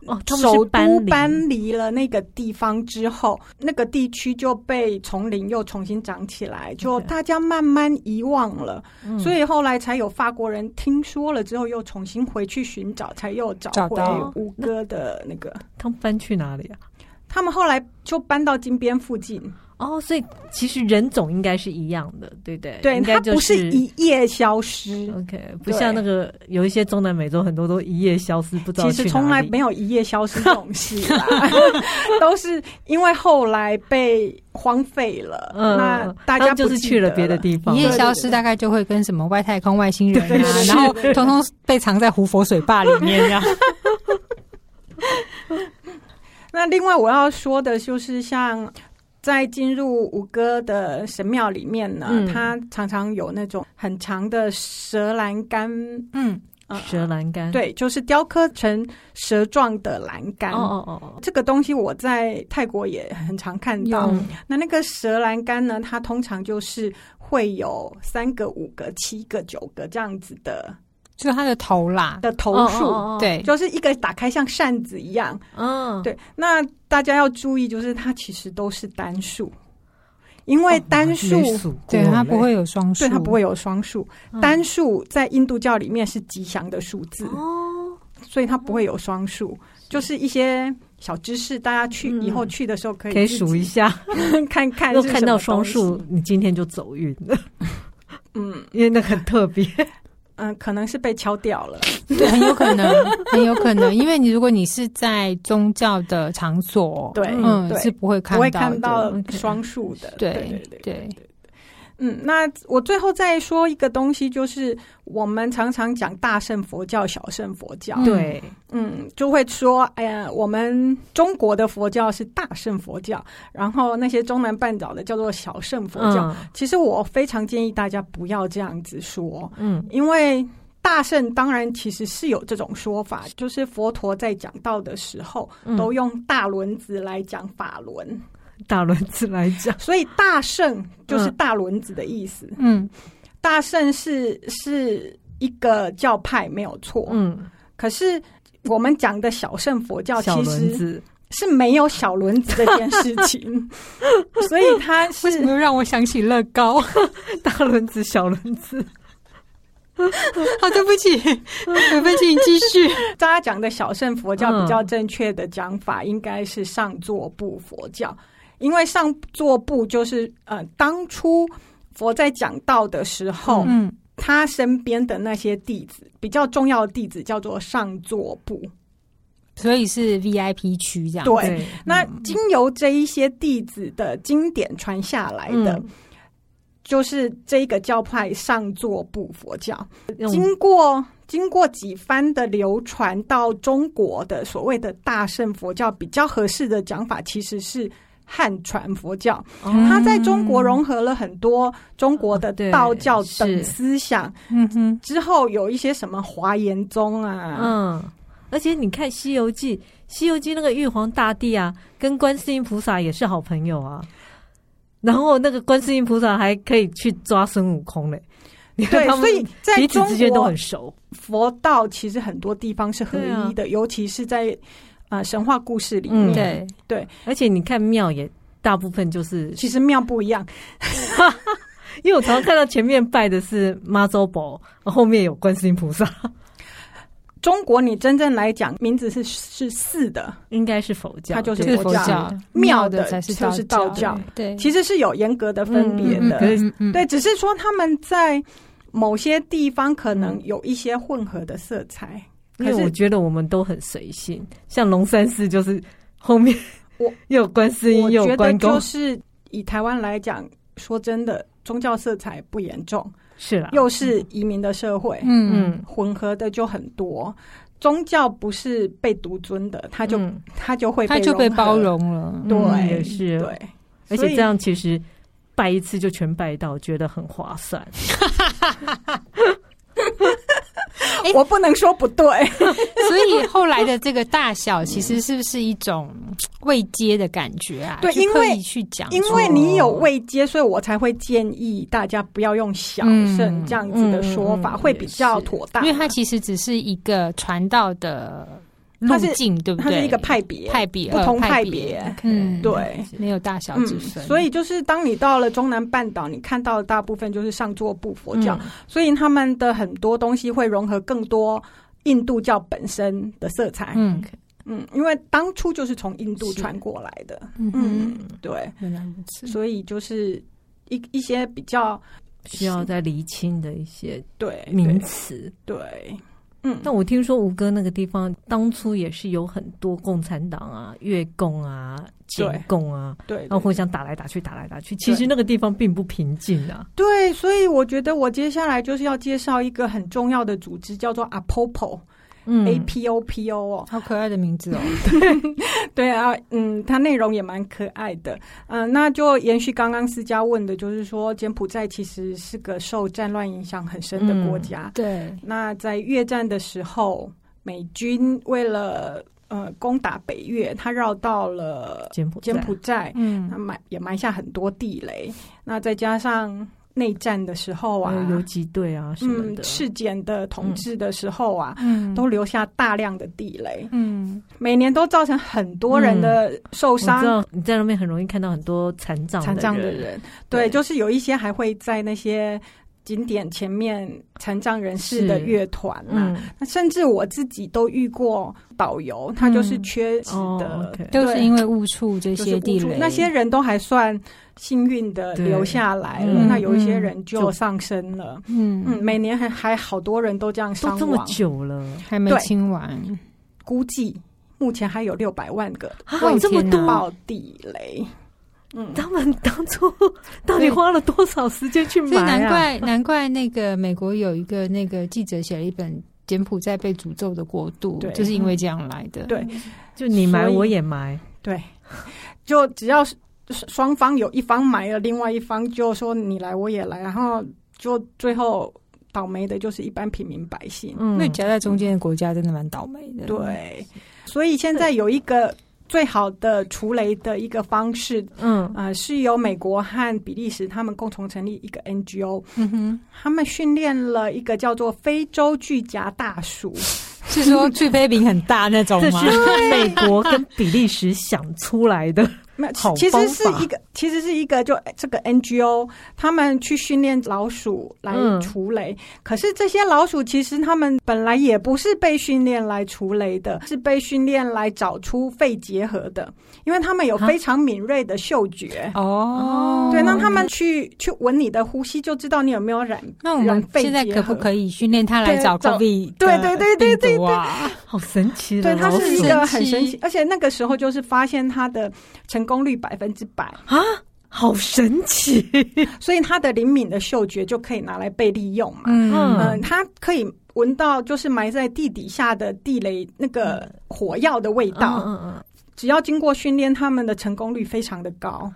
Speaker 2: 哦，他们
Speaker 1: 首
Speaker 2: 是
Speaker 1: 都
Speaker 2: 搬离
Speaker 1: 搬离了那个地方之后，那个地区就被丛林又重新长起来，就
Speaker 2: OK
Speaker 1: 大家慢慢遗忘了，
Speaker 2: 嗯
Speaker 1: 所以后来才有法国人听说了之后又重新回去寻找，才又找
Speaker 3: 找
Speaker 1: 回
Speaker 3: 到
Speaker 1: 吴哥的那个。
Speaker 2: 他们搬去哪里啊？
Speaker 1: 他们后来就搬到金边附近，
Speaker 2: 哦，所以其实人种应该是一样的，对不对？
Speaker 1: 对，
Speaker 2: 应该
Speaker 1: 它
Speaker 2: 就
Speaker 1: 不是一夜消失，
Speaker 2: OK，不像那个有一些中南美洲很多都一夜消失，不知道
Speaker 1: 其
Speaker 2: 去
Speaker 1: 实从来
Speaker 2: 哪里
Speaker 1: 没有一夜消失这 种事啦，都是因为后来被荒废了。
Speaker 2: 嗯
Speaker 1: 那大
Speaker 2: 他
Speaker 1: 家
Speaker 2: 们就
Speaker 1: 不
Speaker 2: 是
Speaker 1: 记
Speaker 2: 去了
Speaker 1: 得
Speaker 2: 别的地方
Speaker 3: 一夜
Speaker 1: 对
Speaker 3: 消失大概就会跟什么外太空外星人
Speaker 2: 对
Speaker 3: 啊，
Speaker 1: 对
Speaker 3: 然后
Speaker 1: 对
Speaker 3: 通通被藏在胡佛水坝里面这样。
Speaker 1: 那另外我要说的就是，像在进入吴哥的神庙里面呢，
Speaker 2: 嗯
Speaker 1: 它常常有那种很长的蛇栏杆，
Speaker 3: 嗯，
Speaker 1: 呃
Speaker 2: 蛇栏杆，，
Speaker 1: 对，就是雕刻成蛇状的栏杆。
Speaker 2: 哦哦哦哦，
Speaker 1: 这个东西我在泰国也很常看嗯到。
Speaker 3: 有
Speaker 1: 那那个蛇栏杆呢，它通常就是会有三个、五个、七个、九个这样子的
Speaker 3: 就是他的头啦，
Speaker 1: 的头数，
Speaker 2: 哦，
Speaker 3: 对，
Speaker 1: 就是一个打开像扇子一样。
Speaker 2: 嗯，
Speaker 1: 对，那大家要注意，就是它其实都是单数，因为
Speaker 2: 哦
Speaker 1: 单数、
Speaker 3: 对他不会有双数，
Speaker 1: 对嗯
Speaker 2: 嗯
Speaker 1: 它不会有双数，单数在印度教里面是吉祥的数字，
Speaker 2: 哦，
Speaker 1: 所以它不会有双数，就是一些小知识，大家去、
Speaker 2: 嗯
Speaker 1: 以后去的时候可以
Speaker 2: 可以
Speaker 1: 自己
Speaker 2: 数一下，
Speaker 1: 看看
Speaker 2: 如
Speaker 1: 是什么
Speaker 2: 果看到双
Speaker 1: 东西
Speaker 2: 数，，你今天就走运了，
Speaker 1: 嗯
Speaker 2: 因为那很特别。
Speaker 1: 嗯，可能是被敲掉了，
Speaker 3: 对，很有可 能，很有可能，因为你如果你是在宗教的场所，
Speaker 1: 对
Speaker 3: 嗯，
Speaker 1: 对
Speaker 3: 是不会看
Speaker 1: 不会
Speaker 3: 到
Speaker 1: 看
Speaker 3: 的
Speaker 1: 到
Speaker 2: ，OK
Speaker 1: 双数的，
Speaker 3: 对
Speaker 1: 对对对
Speaker 3: 对
Speaker 1: 嗯，那我最后再说一个东西，就是我们常常讲大乘佛教、小乘佛教，
Speaker 3: 嗯
Speaker 2: 对，
Speaker 1: 嗯，就会说，哎呀，我们中国的佛教是大乘佛教，然后那些中南半岛的叫做小乘佛教。
Speaker 2: 嗯
Speaker 1: 其实我非常建议大家不要这样子说，
Speaker 2: 嗯
Speaker 1: 因为大圣当然其实是有这种说法，就是佛陀在讲道的时候
Speaker 2: 嗯，
Speaker 1: 都用大轮子来讲法轮，
Speaker 2: 大轮子来讲，
Speaker 1: 所以大圣就是
Speaker 2: 嗯
Speaker 1: 大轮子的意思。
Speaker 3: 嗯，
Speaker 1: 大圣是是一个教派没有错，
Speaker 2: 嗯，
Speaker 1: 可是我们讲的小圣佛教
Speaker 2: 小
Speaker 1: 其
Speaker 2: 轮
Speaker 1: 实
Speaker 2: 子，
Speaker 1: 是没有小轮子这件事情，所以它
Speaker 3: 为什
Speaker 1: 是
Speaker 3: 么又让我想起乐 高？
Speaker 2: 大轮子，小轮子，
Speaker 3: 好，对不 起，对不起，你继续。
Speaker 1: 大家讲的小圣佛教
Speaker 2: 嗯
Speaker 1: 比较正确的讲法，应该是上座部佛教，因为上座部就是呃，当初佛在讲道的时候，
Speaker 3: 嗯，
Speaker 1: 他身边的那些弟子比较重要的弟子叫做上座部。
Speaker 3: 所以是 VIP 区这样。
Speaker 1: 对
Speaker 2: 对，
Speaker 1: 那经由这一些弟子的经典传下来的，
Speaker 2: 嗯
Speaker 1: 就是这一个教派上座部佛教。
Speaker 2: 用
Speaker 1: 经过经过几番的流传到中国的所谓的大乘佛教，比较合适的讲法其实是汉传佛教。
Speaker 2: 哦
Speaker 1: 它在中国融合了很多中国的
Speaker 2: 对
Speaker 1: 道教
Speaker 2: 是
Speaker 1: 等思想，
Speaker 3: 嗯哼，
Speaker 1: 之后有一些什么华严宗啊，
Speaker 2: 嗯，而且你看《西游记》，《西游记》那个玉皇大帝啊，跟观世音菩萨也是好朋友啊。然后那个观世音菩萨还可以去抓孙悟空嘞，你看
Speaker 1: 对，
Speaker 2: 他们
Speaker 1: 所以在
Speaker 2: 彼此
Speaker 1: 中
Speaker 2: 之间都
Speaker 1: 国
Speaker 2: 很熟。
Speaker 1: 佛道其实很多地方是合一的，尤其是在呃神话故事里面，
Speaker 2: 啊嗯
Speaker 3: 对，
Speaker 2: 而且你看庙也大部分就是，
Speaker 1: 其实庙不一样。
Speaker 2: 因为我常常看到前面拜的是妈祖婆，后面有观世音菩萨，
Speaker 1: 中国你真正来讲，名字是是四的，
Speaker 2: 应该是佛教，
Speaker 1: 它就是
Speaker 3: 就是佛
Speaker 1: 佛
Speaker 3: 教
Speaker 1: 教，
Speaker 3: 庙
Speaker 1: 庙的
Speaker 3: 的才是
Speaker 1: 就是
Speaker 3: 道
Speaker 1: 道教，
Speaker 3: 对，
Speaker 1: 其实是有严格的分别的。
Speaker 2: 嗯嗯嗯
Speaker 3: 嗯嗯，
Speaker 1: 对，只是说他们在某些地方可能
Speaker 2: 嗯
Speaker 1: 有一些混合的色彩。
Speaker 2: 因为
Speaker 1: 可是
Speaker 2: 我觉得我们都很随性，像龙山寺就是后面
Speaker 1: 我
Speaker 2: 又有观世音，
Speaker 1: 我
Speaker 2: 又有
Speaker 1: 觉得
Speaker 2: 关公
Speaker 1: 就，是以台湾来讲，说真的，宗教色彩不严重，
Speaker 2: 是啦，
Speaker 1: 又是移民的社会，
Speaker 3: 嗯
Speaker 2: 啊嗯，
Speaker 1: 混合的就很多。宗教不是被独尊的，它就、
Speaker 2: 嗯
Speaker 1: 它就会
Speaker 3: 嗯，他就被
Speaker 1: 融合
Speaker 3: 包。容了。
Speaker 1: 对
Speaker 2: 嗯也是，
Speaker 1: 对，
Speaker 2: 而
Speaker 1: 所
Speaker 2: 且
Speaker 1: 以
Speaker 2: 这样其实拜一次就全拜到，觉得很划算。
Speaker 1: 我不能说不对。
Speaker 3: 所以后来的这个大小，其实是不是一种未接的感觉啊？
Speaker 1: 对
Speaker 3: 就
Speaker 1: 因为
Speaker 3: 刻意去讲说，
Speaker 1: 因为你有未接，所以我才会建议大家不要用小圣这样子的说
Speaker 2: 嗯
Speaker 1: 法，
Speaker 2: 嗯嗯
Speaker 1: 会比较妥当。
Speaker 3: 因为它其实只是一个传道的路
Speaker 1: 它是
Speaker 3: 径，对不
Speaker 1: 它
Speaker 3: 对？
Speaker 1: 是一个派别，
Speaker 3: 派别，
Speaker 1: 不同
Speaker 3: 呃
Speaker 1: 派
Speaker 3: 别，
Speaker 1: 别。
Speaker 3: 嗯，
Speaker 1: 对，
Speaker 3: 没有大小
Speaker 1: 嗯
Speaker 3: 之分，，
Speaker 1: 所以就是当你到了中南半岛，你看到的大部分就是上座部佛教，
Speaker 2: 嗯
Speaker 1: 所以他们的很多东西会融合更多印度教本身的色彩。嗯
Speaker 3: 嗯
Speaker 1: 因为当初就是从印度
Speaker 3: 是
Speaker 1: 传过来的。
Speaker 3: 嗯哼，
Speaker 1: 嗯，对，
Speaker 3: 原来如此。
Speaker 1: 所以就是一一些比较
Speaker 2: 需要再厘清的一些
Speaker 1: 哎对
Speaker 2: 名词。
Speaker 1: 对对，嗯，
Speaker 2: 那我听说吴哥那个地方当初也是有很多共产党啊、越共啊、柬
Speaker 1: 对
Speaker 2: 共啊，
Speaker 1: 对，对
Speaker 2: 然后互相打来打去、打来打去。其实那个地方并不平静啊。
Speaker 1: 对，所以我觉得我接下来就是要介绍一个很重要的组织，叫做 APOPO，A
Speaker 2: 嗯
Speaker 1: P O P O 哦。
Speaker 3: 好可爱的名字哦！
Speaker 1: 对啊，嗯，它内容也蛮可爱的。嗯、那就延续刚刚思佳问的，就是说柬埔寨其实是个受战乱影响很深的国家。
Speaker 2: 嗯
Speaker 3: 对，
Speaker 1: 那在越战的时候，美军为了呃攻打北越，他绕到了
Speaker 2: 柬埔寨
Speaker 1: 柬埔寨，
Speaker 3: 嗯
Speaker 1: 那埋也埋下很多地雷。那再加上内战的时候啊
Speaker 2: 还，有游击队啊什么
Speaker 1: 嗯
Speaker 2: 的，，嗯
Speaker 1: 事件的统治的时候啊，
Speaker 3: 嗯
Speaker 1: 都留下大量的地雷，
Speaker 3: 嗯
Speaker 1: 每年都造成很
Speaker 2: 嗯
Speaker 1: 多人的受
Speaker 2: 我知
Speaker 1: 伤、
Speaker 2: 道你在那边很容易看到很多残障
Speaker 1: 残障的
Speaker 2: 人，
Speaker 1: 人。
Speaker 2: 对
Speaker 1: 对，就是有一些还会在那些景点前面残障人士的
Speaker 2: 是
Speaker 1: 乐团啦、
Speaker 2: 嗯，
Speaker 1: 那甚至我自己都遇过导游，他就是
Speaker 2: 嗯
Speaker 1: 缺失
Speaker 2: 哦
Speaker 1: 的，
Speaker 2: ，OK
Speaker 1: 对
Speaker 3: 都是因为误触这
Speaker 1: 就是
Speaker 3: 些
Speaker 1: 误
Speaker 3: 地
Speaker 1: 触
Speaker 3: 雷，
Speaker 1: 那些人都还算幸运的
Speaker 2: 对
Speaker 1: 留下来了，
Speaker 2: 嗯
Speaker 1: 那有一些
Speaker 3: 嗯
Speaker 1: 人就
Speaker 2: 就
Speaker 1: 上升了。嗯，
Speaker 3: 嗯
Speaker 1: 每年还还好多人都这样伤
Speaker 2: 都
Speaker 1: 亡，
Speaker 2: 这么久了，
Speaker 3: 还没
Speaker 1: 对
Speaker 3: 清完，
Speaker 1: 估计目前还有六百万个
Speaker 2: 啊
Speaker 1: 未
Speaker 2: 这么
Speaker 1: 填
Speaker 2: 多
Speaker 1: 爆地雷。嗯，
Speaker 2: 他们当初 到底花了多少时间去 买
Speaker 3: 所以
Speaker 2: 啊？
Speaker 3: 难怪难怪那个美国有一个那个记者写了一本。柬埔寨被诅咒的国度
Speaker 1: 对，
Speaker 3: 就是因为这样来的。嗯
Speaker 1: 对
Speaker 2: 就你买
Speaker 1: 所以
Speaker 2: 我也买，
Speaker 1: 对，就只要是双方有一方买了，另外一方就说你来我也来，然后就最后倒霉的就是一般平民百姓。
Speaker 2: 嗯
Speaker 3: 那，夹在中间的国家真的蛮倒霉的。，
Speaker 1: 对，所以现在有一个最好的除雷的一个方式，
Speaker 2: 嗯
Speaker 1: 啊，是由美国和比利时他们共同成立一个 NGO，
Speaker 3: 嗯哼，
Speaker 1: 他们训练了一个叫做非洲巨夹大鼠，
Speaker 3: 是说最杯饼很大那种
Speaker 2: 这
Speaker 3: 吗？
Speaker 2: 是美国跟比利时想出来的，
Speaker 1: 没有，
Speaker 2: 好
Speaker 1: 其
Speaker 2: 方
Speaker 1: 实是
Speaker 2: 法
Speaker 1: 一个，其实是一个，就这个 NGO 他们去训练老鼠来
Speaker 2: 嗯
Speaker 1: 除雷，可是这些老鼠其实他们本来也不是被训练来除雷的，是被训练来找出肺结核的，因为他们有
Speaker 2: 啊
Speaker 1: 非常敏锐的嗅觉。
Speaker 3: 哦，
Speaker 1: 对，让他们去去闻你的呼吸，就知道你有没有染。
Speaker 3: 那我们现在可不可以训练他来
Speaker 1: 对
Speaker 3: 找
Speaker 1: 找
Speaker 3: COVID？
Speaker 1: 对对对对对
Speaker 3: 对啊！
Speaker 2: 好神奇
Speaker 1: 对，
Speaker 2: 的
Speaker 1: 它
Speaker 2: 老
Speaker 1: 是一
Speaker 2: 鼠
Speaker 1: 个很
Speaker 3: 神
Speaker 1: 神
Speaker 3: 奇
Speaker 1: 奇，而且那个时候就是发现它的成功率百分之百，
Speaker 2: 啊，好神奇，
Speaker 1: 所以它的灵敏的嗅觉就可以拿来被利用嘛。
Speaker 2: 嗯
Speaker 3: 嗯，
Speaker 1: 嗯，它可以闻到就是埋在地底下的地雷那个火药的味道。
Speaker 2: 嗯嗯
Speaker 1: 只要经过训练，他们的成功率非常的高。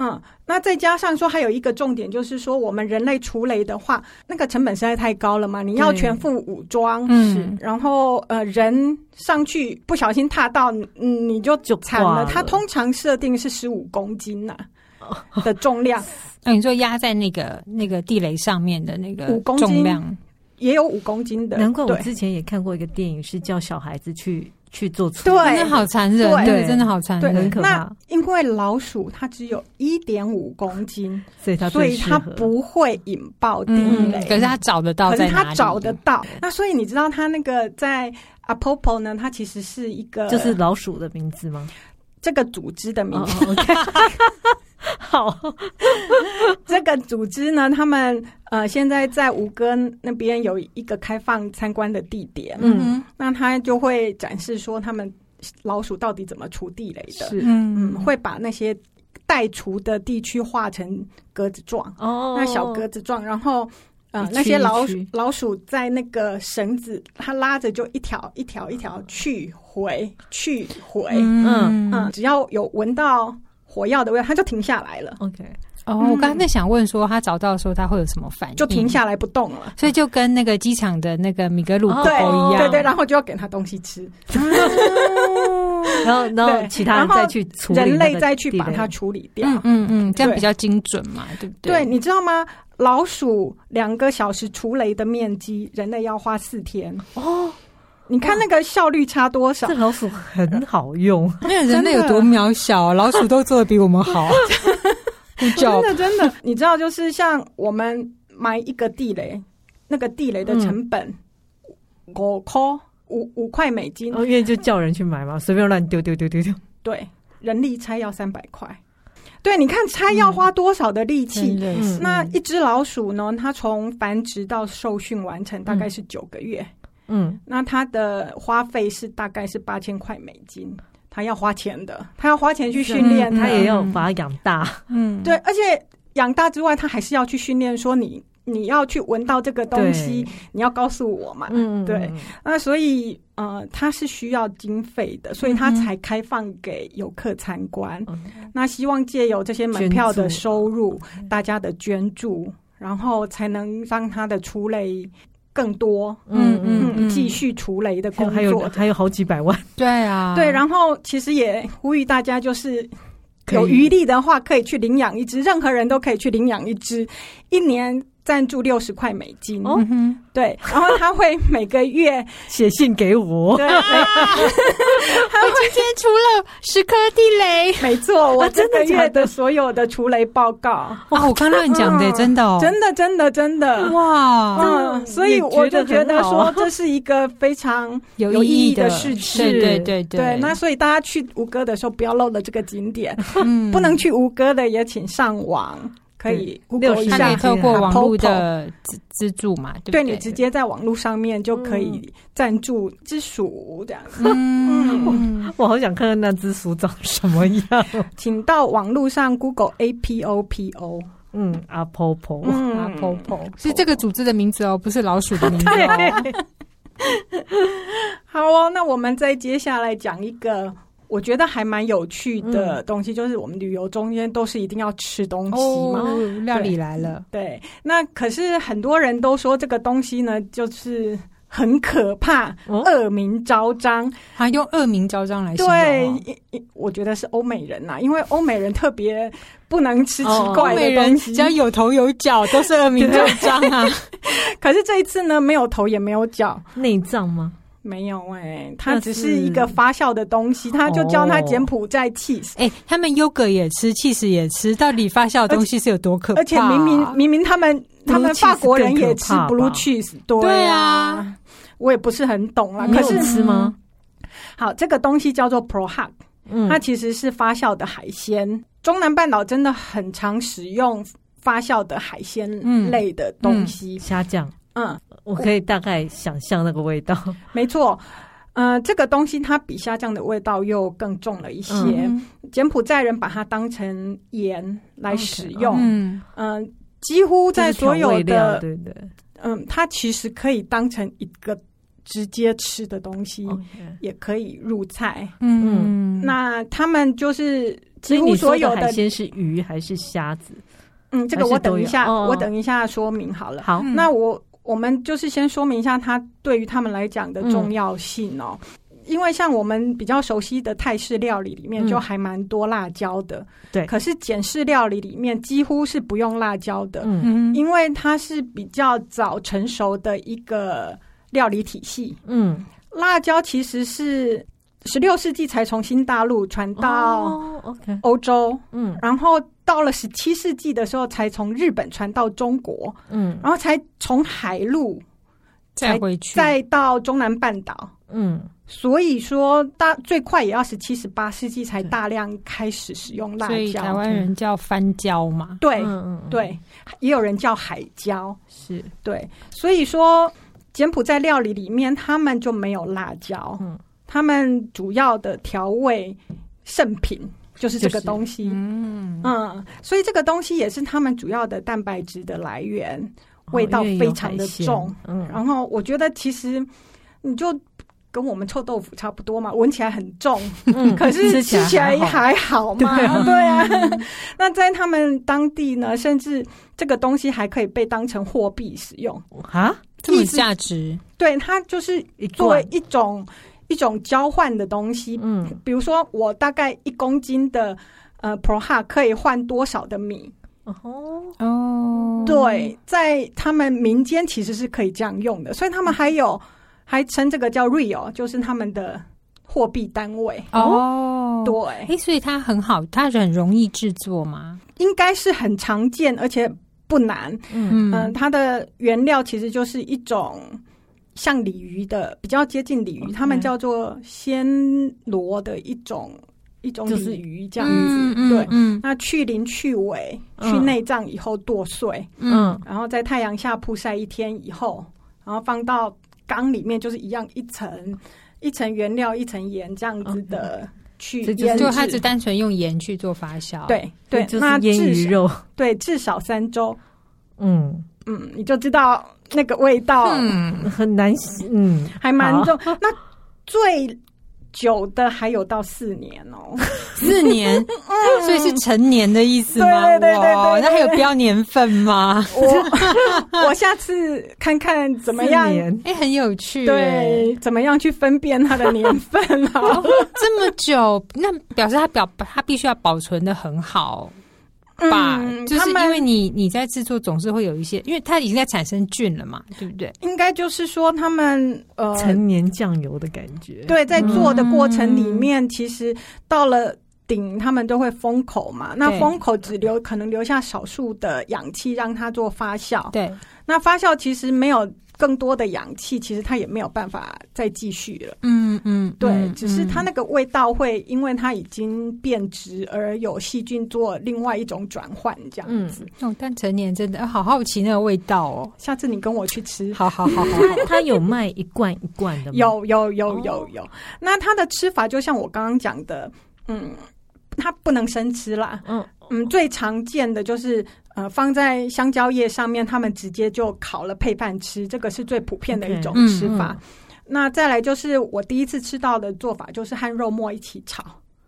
Speaker 1: 嗯，那再加上说，还有一个重点就是说，我们人类除雷的话，那个成本实在太高了嘛，你要
Speaker 2: 对
Speaker 1: 全副武装，
Speaker 3: 嗯
Speaker 1: 是然后呃，人上去不小心踏到，嗯，你就
Speaker 2: 就
Speaker 1: 惨
Speaker 2: 挂
Speaker 1: 了。
Speaker 2: 了哦
Speaker 1: 它通常设定是十五公斤呐、的重 量，
Speaker 3: 那你说压在那个那个地雷上面的那个
Speaker 1: 五公斤
Speaker 3: 重量，
Speaker 1: 也有五公斤的，
Speaker 2: 难怪我
Speaker 1: 对
Speaker 2: 之前也看过一个电影，是叫小孩子去去做出，
Speaker 1: 对
Speaker 3: 真的好残忍，
Speaker 1: 对
Speaker 3: 那个真的好残
Speaker 1: 对
Speaker 2: 很
Speaker 3: 忍。
Speaker 2: 可
Speaker 1: 那
Speaker 2: 怕，
Speaker 1: 因为老鼠它只有一点五公斤，
Speaker 2: 所以他
Speaker 1: 所以它
Speaker 2: 他
Speaker 1: 不会引爆地
Speaker 3: 嗯，
Speaker 1: 雷。
Speaker 3: 可是他找得到
Speaker 1: 可
Speaker 3: 在
Speaker 1: 是
Speaker 3: 哪里？
Speaker 1: 它找得到，那所以你知道它那个在 Apopo 呢？它其实是一个
Speaker 2: 就是老鼠的名字 吗？
Speaker 1: 这个组织的名
Speaker 2: 哦
Speaker 1: 字。
Speaker 2: 哦，OK，好，
Speaker 1: 这个组织呢，他们呃现在在吴哥那边有一个开放参观的地点，
Speaker 2: 嗯
Speaker 3: 嗯
Speaker 1: 那它就会展示说他们老鼠到底怎么除地雷的。
Speaker 2: 是
Speaker 3: 嗯
Speaker 1: 嗯，会把那些待除的地区划成格子状。
Speaker 2: 哦，
Speaker 1: 那小鸽子状，然后呃
Speaker 2: 一，区
Speaker 1: 那些老鼠
Speaker 2: 一区
Speaker 1: 老鼠在那个绳子，它拉着就一条一条一条去回去回，嗯
Speaker 2: 嗯
Speaker 1: 只要有闻到火药的味道，它就停下来了，
Speaker 2: OK，
Speaker 3: 哦，我刚刚在想问说，他找到的时候他会有什么反应？
Speaker 1: 就停，下来不动了。
Speaker 3: 所以就跟那个机场的那个米格鲁狗
Speaker 2: 哦
Speaker 1: 对
Speaker 3: 一样，
Speaker 1: 对对，然后就要给它东西吃，
Speaker 2: 然后然后
Speaker 1: 对
Speaker 2: 其他人
Speaker 1: 然后
Speaker 2: 再去处理
Speaker 1: 人
Speaker 2: 那
Speaker 1: 类
Speaker 2: 个
Speaker 1: 再去
Speaker 2: 地
Speaker 1: 把
Speaker 2: 雷
Speaker 1: 它处理掉。
Speaker 3: 嗯嗯嗯，这样
Speaker 1: 对
Speaker 3: 比较精准嘛，对不
Speaker 1: 对，
Speaker 3: 对？
Speaker 1: 你知道吗？老鼠两个小时除雷的面积，人类要花四天。
Speaker 2: 哦，
Speaker 1: 你看那个效率差多少
Speaker 2: 这？老鼠很好 用，
Speaker 3: 那人类有多渺小，啊老鼠都做的比我们 好。啊
Speaker 1: 真的真的，你知道，就是像我们买一个地雷，那个地雷的成本五块五五块美金
Speaker 2: 然，哦后因为就叫人去买嘛，随便乱丢丢丢丢丢，
Speaker 1: 对，人力拆要三百块。对，你看拆要花多少的力气？
Speaker 3: 的
Speaker 2: 是
Speaker 1: 嗯那一只老鼠呢？它从繁殖到受训完成大概是九个月，
Speaker 2: 嗯，
Speaker 1: 那它的花费是大概是八千块美金，它要花钱的，它要花钱去训练
Speaker 3: 嗯
Speaker 1: 它
Speaker 2: 他
Speaker 3: 它
Speaker 2: 也要把它养大，
Speaker 3: 嗯，
Speaker 1: 对，而且养大之外，他还是要去训练，说你你要去闻到这个东西，你要告诉我嘛。
Speaker 2: 嗯
Speaker 1: 对，那所以呃，它是需要经费的，所以它才开放给游客参观。
Speaker 2: 嗯
Speaker 1: 那希望借由这些门票的收入
Speaker 2: 捐助，
Speaker 1: 大家的捐助，然后才能让它的除雷更多，
Speaker 2: 嗯嗯
Speaker 3: 嗯
Speaker 1: 嗯，继续除雷的工
Speaker 2: 嗯，还有
Speaker 1: 作。
Speaker 2: 还有好几百万，
Speaker 3: 对啊，
Speaker 1: 对，然后其实也呼吁大家，就是
Speaker 2: 可以
Speaker 1: 有余力的话，可以去领养一只，任何人都可以去领养一只，一年赞助六十块美金，
Speaker 2: 哦
Speaker 3: 嗯哼，
Speaker 1: 对，然后他会每个 月，
Speaker 2: 写信给我，
Speaker 1: 对，每
Speaker 3: 我今天除了十颗地 雷，
Speaker 1: 没错，我
Speaker 2: 啊
Speaker 1: 这
Speaker 2: 真的
Speaker 1: 个
Speaker 2: 假
Speaker 1: 月
Speaker 2: 的
Speaker 1: 的所有的除雷报告，
Speaker 3: 哇，啊我刚刚乱讲的，
Speaker 1: 嗯
Speaker 3: 真的哦，
Speaker 1: 真的，真的，真的。
Speaker 3: 哇，
Speaker 1: 嗯，所以
Speaker 2: 也
Speaker 1: 我就
Speaker 2: 觉
Speaker 1: 觉
Speaker 2: 得很
Speaker 1: 得
Speaker 2: 好
Speaker 3: 哦
Speaker 2: 啊
Speaker 1: 说这是一个非常
Speaker 3: 有
Speaker 1: 意
Speaker 3: 义
Speaker 1: 的
Speaker 3: 事
Speaker 1: 事
Speaker 3: 情，
Speaker 1: 情，
Speaker 3: 对 对
Speaker 1: 对。那所以大家去吴哥的时候，不要漏了这个景点，
Speaker 3: 嗯
Speaker 1: 不能去吴哥的也请上网，可以 Google 一
Speaker 2: 60
Speaker 3: 他
Speaker 2: 下
Speaker 3: 可
Speaker 1: 下
Speaker 3: 以
Speaker 2: 去。
Speaker 3: 透过
Speaker 1: 啊
Speaker 3: 网络
Speaker 1: Popo
Speaker 3: 的资资助嘛，对不
Speaker 1: 对
Speaker 3: 对
Speaker 1: 你直，接在网络上面就可以赞助之属这样，
Speaker 3: 嗯，
Speaker 2: 我好想看看那只鼠长什么 样。
Speaker 1: 请到网络上 Google A P O P O，
Speaker 2: 嗯，阿婆婆，
Speaker 1: 嗯
Speaker 2: 阿婆婆
Speaker 3: 是这个组织的名字哦，不是老鼠的 名字哦。
Speaker 1: 好哦，那我们再接下来讲一个。我觉得还蛮有趣
Speaker 3: 嗯
Speaker 1: 的东西，就是我们旅游中间都是一定要吃东西嘛。
Speaker 3: 哦，料理来了，
Speaker 1: 对，那可是很多人都说这个东西呢，就是很可怕，
Speaker 2: 哦
Speaker 1: 恶名昭彰。
Speaker 3: 他用恶名昭彰来形
Speaker 1: 对
Speaker 3: 容哦。，
Speaker 1: 一一我觉得是欧美人呐、因为欧美人特别不能吃奇
Speaker 2: 哦
Speaker 1: 怪
Speaker 3: 欧
Speaker 1: 的
Speaker 3: 美人
Speaker 1: 东西。
Speaker 3: 只要有头有脚都是恶名昭彰啊！
Speaker 1: 可是这一次呢，没有头也没有脚，
Speaker 2: 内脏吗？
Speaker 1: 没有哎、它
Speaker 2: 那
Speaker 1: 只
Speaker 2: 是
Speaker 1: 是一个发酵的东西，它就叫它柬埔寨 cheese。
Speaker 3: 哎，他们优格也吃，气死也吃，到底发酵的东西是有多
Speaker 2: 哦
Speaker 3: 可怕？啊
Speaker 1: 而且明明明明他们他们
Speaker 2: cheese
Speaker 1: 法国人也吃
Speaker 2: 更可怕吧
Speaker 1: blue cheese，
Speaker 3: 对
Speaker 1: 啊
Speaker 3: 啊，
Speaker 1: 我也不是很懂啦。
Speaker 2: 你
Speaker 1: 可
Speaker 2: 有
Speaker 1: 是
Speaker 2: 吃吗？
Speaker 1: 好，这个东西叫做 prohack，
Speaker 2: 嗯，
Speaker 1: 它其实是发酵的海鲜。中南半岛真的很常使用发酵的海鲜
Speaker 2: 嗯
Speaker 1: 类的东西。
Speaker 2: 虾酱，
Speaker 1: 嗯，
Speaker 2: 我可以大概想象那个味道。
Speaker 1: 没错。呃，这个东西它比虾酱的味道又更重了一些。
Speaker 3: 嗯
Speaker 1: 柬埔寨人把它当成盐来使
Speaker 2: OK，
Speaker 1: 用。嗯、
Speaker 3: 嗯，
Speaker 1: 几乎在所
Speaker 2: 这
Speaker 1: 有
Speaker 2: 是调味料
Speaker 1: 的
Speaker 2: 对不对？
Speaker 1: 嗯，它其实可以当成一个直接吃的东西，
Speaker 2: OK
Speaker 1: 也可以入菜。
Speaker 3: 嗯，
Speaker 1: 那他们就是几
Speaker 2: 所以
Speaker 1: 乎
Speaker 2: 你
Speaker 1: 所
Speaker 2: 说
Speaker 1: 有
Speaker 2: 的
Speaker 1: 的
Speaker 2: 海，鲜是鱼还是虾子？
Speaker 1: 嗯，这个我等一
Speaker 2: 还是
Speaker 1: 下，
Speaker 2: 都有哦哦
Speaker 1: 我等一下说明好了。
Speaker 2: 好，
Speaker 3: 嗯
Speaker 1: 那我我们就是先说明一下它对于他们来讲
Speaker 2: 嗯
Speaker 1: 的重要性哦。因为像我们比较熟悉的泰式料理里面，
Speaker 2: 嗯
Speaker 1: 就还蛮多辣椒的。
Speaker 2: 对
Speaker 1: 可是简式料理里面几乎是不用辣椒的。
Speaker 2: 嗯
Speaker 3: 嗯
Speaker 1: 因为它是比较早成熟的一个料理体系。
Speaker 2: 嗯，
Speaker 1: 辣椒其实是十六世纪才从新大陆传到
Speaker 2: 哦 OK，
Speaker 1: 欧洲，
Speaker 2: 嗯
Speaker 1: 然后到了十七世纪的时候才从日本传到中国，
Speaker 2: 嗯
Speaker 1: 然后才从海路
Speaker 3: 再回去，
Speaker 1: 再到中南半岛。
Speaker 2: 嗯，
Speaker 1: 所以说，大最快也要十七、十八世纪才大量开始使用辣
Speaker 3: 所以台
Speaker 1: 椒。嗯
Speaker 3: 湾人叫翻椒嘛。
Speaker 1: 对、
Speaker 2: 嗯，嗯，
Speaker 1: 对，也有人叫海椒。
Speaker 2: 是，
Speaker 1: 对，所以说柬埔寨料理里面他们就没有辣椒，
Speaker 2: 嗯
Speaker 1: 他们主要的调味圣品就是这
Speaker 2: 就
Speaker 1: 个
Speaker 2: 是
Speaker 1: 东西，
Speaker 3: 嗯
Speaker 1: 嗯，所以这个东西也是他们主要的蛋白质的来源，味道非常的重。
Speaker 2: 哦，因为有海鲜嗯，
Speaker 1: 然后我觉得其实你就。跟我们臭豆腐差不多嘛，闻起来很重，
Speaker 2: 嗯
Speaker 1: 可是吃起来
Speaker 2: 还好
Speaker 1: 还好嘛，对啊。 那在他们当地呢，甚至这个东西还可以被当成货币使用，
Speaker 2: 啊，
Speaker 3: 这么价值，
Speaker 1: 对，它就是
Speaker 2: 一
Speaker 1: 作为
Speaker 2: 罐，
Speaker 1: 一种一种交换的东西。
Speaker 2: 嗯，
Speaker 1: 比如说，我大概一公斤的呃 pro ha 可以换多少的米？
Speaker 2: 哦，
Speaker 3: 哦，
Speaker 1: 对，在他们民间其实是可以这样用的，所以他们还有还称这个叫 real，就是他们的货币单位。
Speaker 3: 哦，
Speaker 1: 对，
Speaker 3: 哎，所以它很好，它很容易制作嘛。
Speaker 1: 应该是很常见，而且不难。
Speaker 2: 嗯
Speaker 1: 嗯、
Speaker 3: 嗯
Speaker 1: 它的原料其实就是一种像鲤鱼的，比较接近鲤鱼，他们叫做暹罗的一种一种
Speaker 2: 就是
Speaker 1: 鲤鱼这样子。
Speaker 3: 嗯
Speaker 1: 对，
Speaker 3: 嗯
Speaker 1: 那去鳞、去尾、
Speaker 2: 嗯
Speaker 1: 去内脏以后剁碎，
Speaker 3: 嗯
Speaker 1: 然后在太阳下曝晒一天以后，然后放到缸里面，就是一样一层一层原料、一层盐这样子的去
Speaker 2: 这就是
Speaker 1: 腌
Speaker 3: 嗯，
Speaker 1: 制。
Speaker 3: 就它只单纯用盐去做发酵。，
Speaker 1: 对对，
Speaker 2: 就是
Speaker 1: 那
Speaker 2: 腌
Speaker 1: 至
Speaker 2: 鱼
Speaker 1: 少
Speaker 2: 肉，
Speaker 1: 对至少三周，
Speaker 2: 嗯，
Speaker 1: 嗯，你就知道那个味道。
Speaker 3: 嗯，
Speaker 2: 很难洗，嗯，
Speaker 1: 还蛮重。那最久的还有到四年 哦，
Speaker 3: 四 年，所以是成年的意思吗？
Speaker 1: 对对对对
Speaker 3: 哇
Speaker 1: 对对
Speaker 3: 那还有标年份 吗？
Speaker 1: 我我下次看看怎么
Speaker 2: 四
Speaker 1: 样，
Speaker 2: 年
Speaker 3: 哎，很有趣。
Speaker 1: 对，怎么样去分辨它的年份 啊？
Speaker 3: 这么久，那表示它表它必须要保存的很好，吧？
Speaker 1: 嗯
Speaker 3: 就是
Speaker 1: 他们
Speaker 3: 因为你你在制作总是会有一些，因为它已经在产生菌了嘛，对不对？
Speaker 1: 应该就是说他们呃，
Speaker 2: 陈年酱油的感觉。
Speaker 1: 对，在做的过程里
Speaker 3: 嗯
Speaker 1: 面，其实到了。顶他们都会封口嘛，那
Speaker 3: 对
Speaker 1: 封口只留可能留下少数的氧气让它做发酵，
Speaker 3: 对，
Speaker 1: 那发酵其实没有更多的氧气，其实它也没有办法再继续了。
Speaker 3: 嗯嗯，
Speaker 1: 对，
Speaker 3: 嗯
Speaker 1: 只是它
Speaker 3: 嗯
Speaker 1: 那个味道会因为它已经变质而有细菌做另外一种转换，这样子。
Speaker 3: 哦，但成年真的、啊好好奇那个味道哦。
Speaker 1: 下次你跟我去吃。
Speaker 3: 好好好好，
Speaker 2: 它它有卖一罐一罐的吗？
Speaker 1: 有有有
Speaker 2: 哦
Speaker 1: 有有，那它的吃法就像我刚刚讲的，嗯，它不能生吃啦，
Speaker 2: 嗯，
Speaker 1: 嗯，最常见的就是呃放在香蕉叶上面，他们直接就烤了配饭吃，这个是最普遍的一种
Speaker 3: OK，嗯
Speaker 1: 吃法。那再来就是我第一次吃到的做法，就是和肉末一起炒，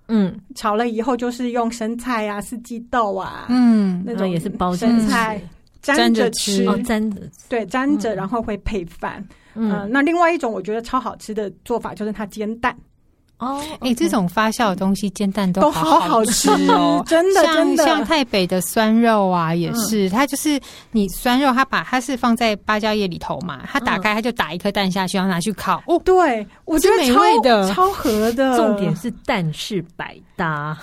Speaker 2: 嗯，
Speaker 1: 炒了以后就是用生菜啊、四季豆啊、
Speaker 3: 嗯，
Speaker 1: 那
Speaker 2: 然后
Speaker 1: 种
Speaker 2: 也是包着
Speaker 1: 生
Speaker 2: 吃
Speaker 1: 菜沾
Speaker 3: 沾着
Speaker 1: 着
Speaker 3: 吃
Speaker 1: 吃，
Speaker 2: 哦，沾着吃，
Speaker 1: 对，沾着
Speaker 2: 嗯
Speaker 1: 然后会配饭。嗯、
Speaker 2: 嗯，
Speaker 1: 那另外一种我觉得超好吃的做法就是它煎蛋，
Speaker 2: 哦，
Speaker 3: 哎、这种发酵的东西煎蛋都
Speaker 1: 都
Speaker 3: 好
Speaker 1: 好
Speaker 3: 吃
Speaker 1: 吃。
Speaker 3: 哦
Speaker 1: 真的嗯真
Speaker 3: 像像
Speaker 1: 的。
Speaker 3: 台北的酸肉啊，也是，它就是你酸肉，它把它是放在芭蕉叶里头嘛，它打
Speaker 1: 嗯
Speaker 3: 开它就打一颗蛋下去，然后拿 去烤。哦，
Speaker 1: 对，我觉得
Speaker 3: 是美
Speaker 1: 超
Speaker 3: 味的
Speaker 1: 超合的，
Speaker 2: 重点是蛋是百搭，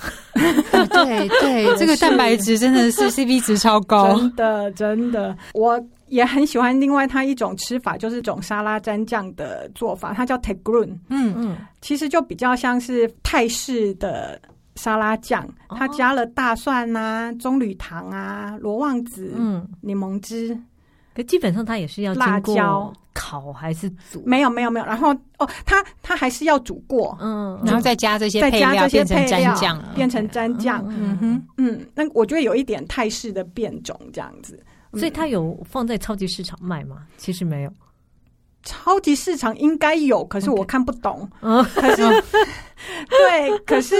Speaker 3: 对对，这个蛋白质真的 是 CP 值超高。
Speaker 1: 真的真的，我也很喜欢。另外，它一种吃法就是一种沙拉蘸酱的做法，它叫 t e g r u n
Speaker 3: 嗯，
Speaker 2: 嗯，
Speaker 1: 其实就比较像是泰式的沙拉酱，
Speaker 2: 哦
Speaker 1: 它加了大蒜啊、棕榈糖啊、罗望子、
Speaker 2: 嗯，
Speaker 1: 柠檬汁，
Speaker 2: 可基本上它也是要
Speaker 1: 辣
Speaker 2: 经过
Speaker 1: 椒
Speaker 2: 烤还是煮，
Speaker 1: 没有没有没有。然后哦，它它还是要煮过，
Speaker 2: 嗯，
Speaker 3: 然后再加这些
Speaker 1: 再
Speaker 3: 配
Speaker 1: 加
Speaker 3: 料，
Speaker 1: 这些
Speaker 3: 变成
Speaker 1: 配料
Speaker 3: 蘸酱。
Speaker 1: 变成蘸酱。
Speaker 3: 嗯哼，
Speaker 1: 嗯，那我觉得有一点泰式的变种这样子。嗯
Speaker 2: 所以它有放在超级市场卖吗？其实没有，
Speaker 1: 超级市场应该有，可是
Speaker 2: OK
Speaker 1: 我看不懂。
Speaker 2: 嗯
Speaker 1: 可是， 对，可是，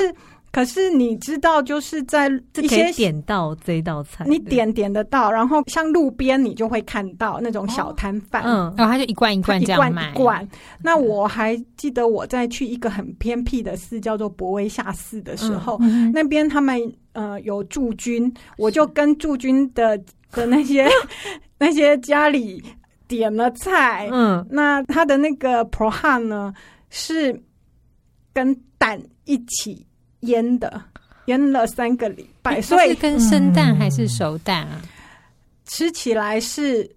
Speaker 1: 可是你知道，就是在
Speaker 2: 这
Speaker 1: 一
Speaker 2: 可
Speaker 1: 些
Speaker 2: 以点到这一道菜，
Speaker 1: 你
Speaker 2: 对
Speaker 1: 点点得到，然后像路边你就会看到
Speaker 2: 哦
Speaker 1: 那种小摊贩，
Speaker 2: 嗯
Speaker 3: 然后它就一罐 一
Speaker 1: 它
Speaker 3: 罐
Speaker 1: 一
Speaker 3: 这样
Speaker 1: 罐
Speaker 3: 卖。
Speaker 1: 一
Speaker 3: 嗯
Speaker 1: 罐。那我还记得我在去一个很偏僻的寺，叫做博威下寺的时候，
Speaker 3: 嗯哼
Speaker 1: 那边他们呃有驻军，我就跟驻军的的那 些那些家里点了菜，
Speaker 2: 嗯，
Speaker 1: 那它的那个 prohan 呢是跟蛋一起腌的，腌了三个礼拜，所
Speaker 3: 它是
Speaker 1: 以嗯
Speaker 3: 跟生蛋还是熟蛋啊？
Speaker 1: 吃起来是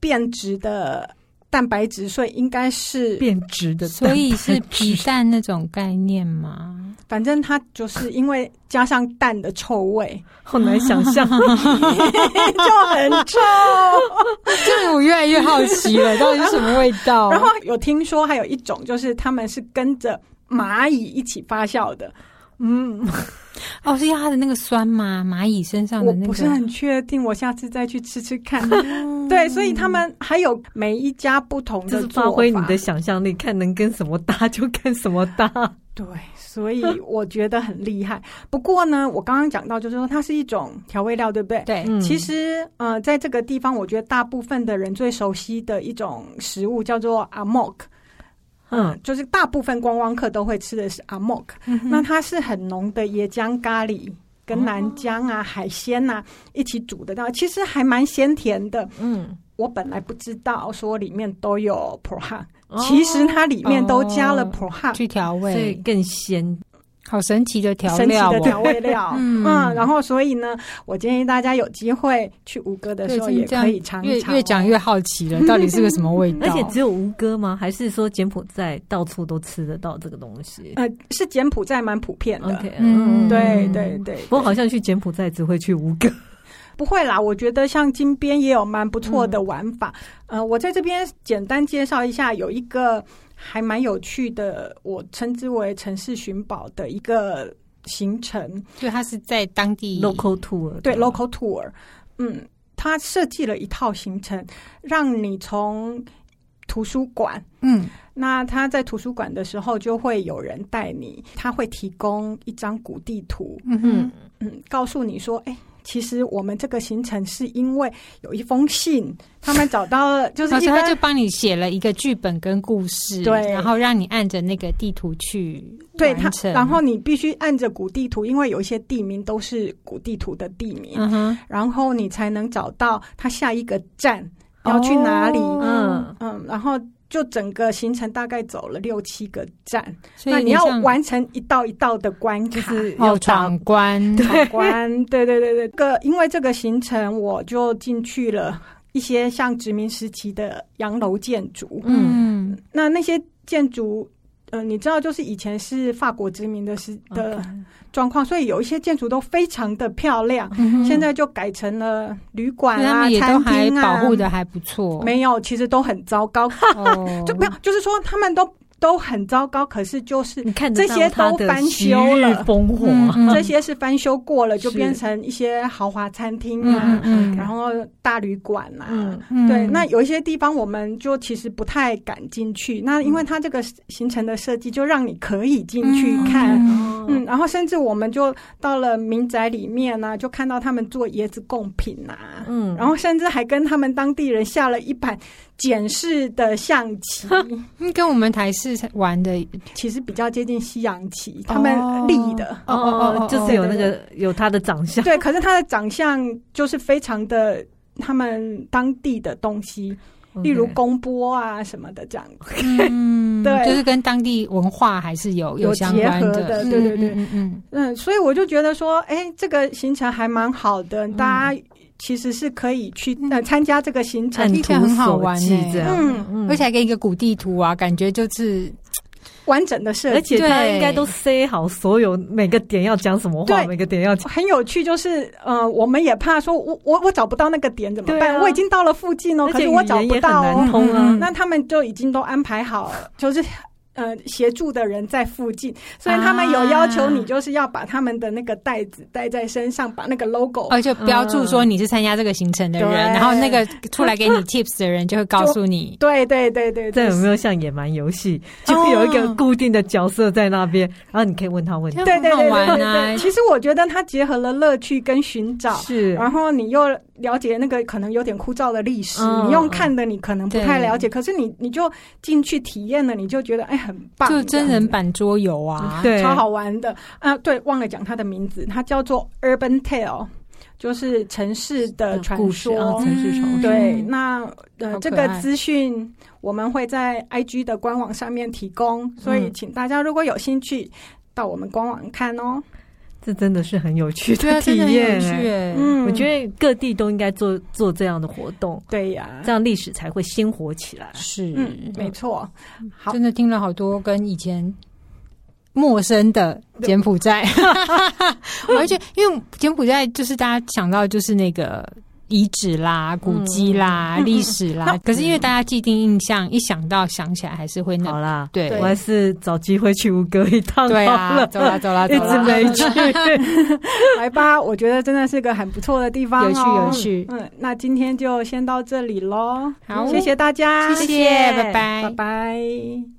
Speaker 1: 变质的蛋白质，所以应该是，
Speaker 2: 变质的蛋，
Speaker 3: 所 以是皮蛋那种概念吗？
Speaker 1: 反正它就是因为加上蛋的臭 味
Speaker 2: 好难想 象，
Speaker 1: 就很臭。
Speaker 3: 这个我越来越好奇了，到底是什么味道
Speaker 2: 哦
Speaker 1: 然后有听说还有一种就是他们是跟着蚂蚁一起发酵的，
Speaker 2: 嗯，
Speaker 3: 哦，是它的那个酸吗？蚂蚁身上的
Speaker 1: 我
Speaker 3: 那个？
Speaker 1: 不是很确定，我下次再去吃吃 看。对，所以他们还有每一家不同
Speaker 2: 就
Speaker 1: 的
Speaker 2: 是
Speaker 1: 做
Speaker 2: 发
Speaker 1: 法，
Speaker 2: 挥你的想象力，看能跟什么搭就跟什么 搭，
Speaker 1: 对，所以我觉得很厉害。不过呢，我刚刚讲到，就是说它是一种调味料，对不对？
Speaker 3: 对，
Speaker 2: 嗯
Speaker 1: 其实，呃，在这个地方，我觉得大部分的人最熟悉的一种食物叫做啊 amok，
Speaker 2: 嗯，
Speaker 1: 就是大部分观光客都会吃的是 amok、那
Speaker 3: 嗯
Speaker 1: 它是很浓的椰浆咖喱，
Speaker 3: 哦
Speaker 1: 跟南姜啊、海鲜呐、一起煮的料，其实还蛮鲜甜的。
Speaker 2: 嗯，
Speaker 1: 我本来不知道说里面都有 prohan，、
Speaker 2: 哦
Speaker 1: 其实它里面都加了
Speaker 3: 哦
Speaker 1: prohan，、
Speaker 3: 去调
Speaker 2: 所以
Speaker 3: 味，
Speaker 2: 更鲜。
Speaker 3: 好神奇的调
Speaker 1: 神奇
Speaker 3: 料
Speaker 1: 的
Speaker 3: 哦。。
Speaker 1: 调味料
Speaker 3: 嗯
Speaker 1: 嗯然后所以呢，我建议大家有机会去吴哥的
Speaker 3: 对，
Speaker 1: 时候也
Speaker 3: 这样
Speaker 1: 可以尝
Speaker 3: 越
Speaker 1: 一尝哦、
Speaker 3: 越讲越好奇了，到底是个什么味 道？
Speaker 2: 而且只有吴哥吗？还是说柬埔寨到处都吃得到这个东 西
Speaker 1: 呃，是柬埔寨蛮普遍的。
Speaker 2: ？OK，
Speaker 3: 嗯
Speaker 2: 嗯，
Speaker 1: 对对对，
Speaker 2: 不过
Speaker 1: 对
Speaker 2: 好像去柬埔寨只会去吴哥，
Speaker 1: 不会啦，我觉得像金边也有蛮不错的玩法。呃，我在这边简单介绍一下，有一个还蛮有趣的，我称之为城市寻宝的一个行程，
Speaker 3: 就它是在当地
Speaker 2: local tour
Speaker 1: 对
Speaker 2: 吧
Speaker 1: local tour，嗯，它设计了一套行程，让你从图书馆。
Speaker 3: 嗯，
Speaker 1: 那他在图书馆的时候，就会有人带你，他会提供一张古地图，
Speaker 3: 嗯
Speaker 2: 嗯
Speaker 3: 哼，
Speaker 1: 嗯，告诉你说，哎、其实我们这个行程是因为有一封信，他们找到了，就是
Speaker 3: 老
Speaker 1: 一
Speaker 3: 师他就
Speaker 1: 般
Speaker 3: 帮你写了一个剧本跟故事，
Speaker 1: 对
Speaker 3: 然后让你按着那个地图去
Speaker 1: 对
Speaker 3: 完
Speaker 1: 他，
Speaker 3: 成
Speaker 1: 然后你必须按着古地图，因为有一些地名都是古地图的地名，
Speaker 3: 嗯哼，
Speaker 1: 然后你才能找到他下一个站要去哪里。
Speaker 3: 哦
Speaker 2: 嗯，
Speaker 1: 嗯，然后就整个行程大概走了六七个站，
Speaker 3: 所以
Speaker 1: 那你要
Speaker 3: 这样
Speaker 1: 完成一道一道的关
Speaker 2: 就
Speaker 1: 卡。
Speaker 2: 是要打
Speaker 3: 哦，闯关，
Speaker 1: 闯关， 对对对对，这个因为这个行程，我就进去了一些像殖民时期的洋楼建筑。
Speaker 3: 嗯，
Speaker 1: 那那些建筑，呃，你知道，就是以前是法国殖民的时的
Speaker 2: 嗯 OK
Speaker 1: 状况，所以有一些建筑都非常的漂亮，
Speaker 3: 嗯哼
Speaker 1: 现在就改成了旅
Speaker 3: 所
Speaker 1: 馆
Speaker 3: 以他
Speaker 1: 啊
Speaker 3: 们、也都
Speaker 1: 餐
Speaker 3: 还
Speaker 1: 厅啊，
Speaker 3: 保护的还不错，
Speaker 1: 没有，其实都很糟糕，
Speaker 3: 哦
Speaker 1: 就没有，就是说他们都都很糟糕，可是就是
Speaker 2: 你看得到
Speaker 1: 这些
Speaker 2: 它
Speaker 1: 都
Speaker 2: 的
Speaker 1: 翻
Speaker 2: 昔
Speaker 1: 修
Speaker 2: 日
Speaker 1: 了
Speaker 2: 烽火啊，
Speaker 3: 嗯
Speaker 1: 这些是翻修过了，就是变成一些豪华餐厅
Speaker 3: 嗯
Speaker 1: 啊，
Speaker 3: 嗯
Speaker 1: 然后大旅馆啊。
Speaker 2: 嗯
Speaker 3: 嗯
Speaker 1: 对，那有一些地方我们就其实不太敢进去，那因为它这个行程的设计就让你可以进去看，嗯
Speaker 2: 嗯嗯
Speaker 1: 然后甚至我们就到了民宅里面呢、就看到他们做椰子贡品啊，
Speaker 2: 嗯
Speaker 1: 然后甚至还跟他们当地人下了一盘简式的象棋，
Speaker 3: 嗯跟我们台式玩的
Speaker 1: 其实比较接近西洋棋，他们立的，
Speaker 2: 哦哦哦，就是有那个有他的长相，
Speaker 1: 对，可是他的长相就是非常的他们当地的东西，例如
Speaker 2: OK
Speaker 1: 公波啊什么的这样。
Speaker 3: 嗯，
Speaker 1: 对
Speaker 3: 就是跟当地文化还是有
Speaker 1: 有
Speaker 3: 相关
Speaker 1: 结合的
Speaker 3: 嗯
Speaker 1: 对对对
Speaker 3: 嗯嗯
Speaker 1: 嗯，所以我就觉得说，哎，这个行程还蛮好的，
Speaker 2: 嗯
Speaker 1: 大家其实是可以去呃参加这个行程。
Speaker 2: 按
Speaker 3: 听起来
Speaker 2: 图
Speaker 3: 很好
Speaker 2: 索
Speaker 3: 玩
Speaker 2: 骥
Speaker 3: 欸
Speaker 2: 这样，
Speaker 1: 嗯
Speaker 2: 嗯
Speaker 3: 嗯，而且还给一个古地图啊，感觉就是
Speaker 1: 完整的设
Speaker 2: 而
Speaker 1: 计。
Speaker 2: 且他
Speaker 3: 对
Speaker 2: 应该都塞好所有每个点要讲什么话，
Speaker 1: 对
Speaker 2: 每个点要讲。
Speaker 1: 很有趣，就是呃，我们也怕说我我我找不到那个点怎么
Speaker 2: 对
Speaker 1: 办？
Speaker 2: 啊
Speaker 1: 我已经到了附近哦，
Speaker 2: 而
Speaker 1: 可
Speaker 2: 且
Speaker 1: 是
Speaker 2: 语
Speaker 1: 我找
Speaker 2: 言
Speaker 1: 不
Speaker 2: 也很
Speaker 1: 到哦
Speaker 2: 难。通
Speaker 3: 嗯嗯
Speaker 2: 啊
Speaker 3: 嗯，
Speaker 1: 那他们就已经都安排好，就是呃协助的人在附近，所以他们有要求
Speaker 2: 啊
Speaker 1: 你就是要把他们的那个袋子带在身上，把那个 logo
Speaker 3: 哦，就标注说你是参加这个行程的人，
Speaker 1: 对
Speaker 3: 然后那个出来给你 tips 的人就会告诉你，
Speaker 1: 对对对 对对
Speaker 2: 这有没有像野蛮游 戏？就是有一个固定的角色在那
Speaker 3: 哦
Speaker 2: 边，然后你可以问他问题
Speaker 3: 这。
Speaker 1: 对
Speaker 3: 样
Speaker 1: 对
Speaker 3: 很好
Speaker 1: 对
Speaker 3: 玩
Speaker 1: 对
Speaker 3: 啊
Speaker 1: 对。！其实我觉得它结合了乐趣跟寻找。
Speaker 2: 是，
Speaker 1: 然后你又了解那个可能有点枯燥的历史，
Speaker 2: 嗯
Speaker 1: 你用看的你可能不太了解，可是你你就进去体验了，你就觉得哎很棒，
Speaker 3: 就真人
Speaker 1: 这样
Speaker 3: 版桌游啊，
Speaker 2: 对，
Speaker 1: 超好玩的啊！对，忘了讲它的名字，它叫做 Urban Tale，就是城市的传
Speaker 2: 故事
Speaker 1: 说。
Speaker 2: 啊，
Speaker 3: 嗯
Speaker 2: 城市传说。
Speaker 1: 对，
Speaker 3: 嗯
Speaker 1: 那
Speaker 3: 好可
Speaker 1: 呃，
Speaker 3: 爱
Speaker 1: 这个资讯我们会在 IG 的官网上面提供，所
Speaker 3: 嗯
Speaker 1: 以请大家如果有兴趣，到我们官网看哦。
Speaker 2: 这真的是很有趣
Speaker 3: 对啊，
Speaker 2: 体
Speaker 3: 真的很有
Speaker 2: 验
Speaker 3: 趣
Speaker 2: 欸。
Speaker 3: 欸。
Speaker 1: 嗯，
Speaker 2: 我觉得各地都应该做做这样的活动，
Speaker 1: 对呀
Speaker 2: 这，样历史才会鲜活起来。
Speaker 3: 啊是，
Speaker 1: 嗯，没错。好
Speaker 3: 真的听了好多跟以前陌生的柬埔寨，而且因为柬埔寨就是大家想到就是那个。遗址啦、古迹啦、
Speaker 1: 嗯嗯嗯
Speaker 3: 历史啦，可是因为大家既定印象，一想到想起来还是会那
Speaker 2: 好
Speaker 3: 个。
Speaker 2: 啦，
Speaker 3: 对
Speaker 2: 我还是找机会去吴哥一趟
Speaker 3: 对
Speaker 2: 好
Speaker 3: 啊，
Speaker 2: 了，
Speaker 3: 走啦走啦
Speaker 2: 一
Speaker 3: 走
Speaker 2: 直
Speaker 3: 啦，
Speaker 2: 没去。
Speaker 1: 来吧，我觉得真的是个很不错的地方、哦，
Speaker 3: 有趣有趣。
Speaker 1: 嗯，那今天就先到这里喽，
Speaker 3: 好
Speaker 1: 谢谢大家，
Speaker 3: 谢谢，拜拜
Speaker 1: 拜。拜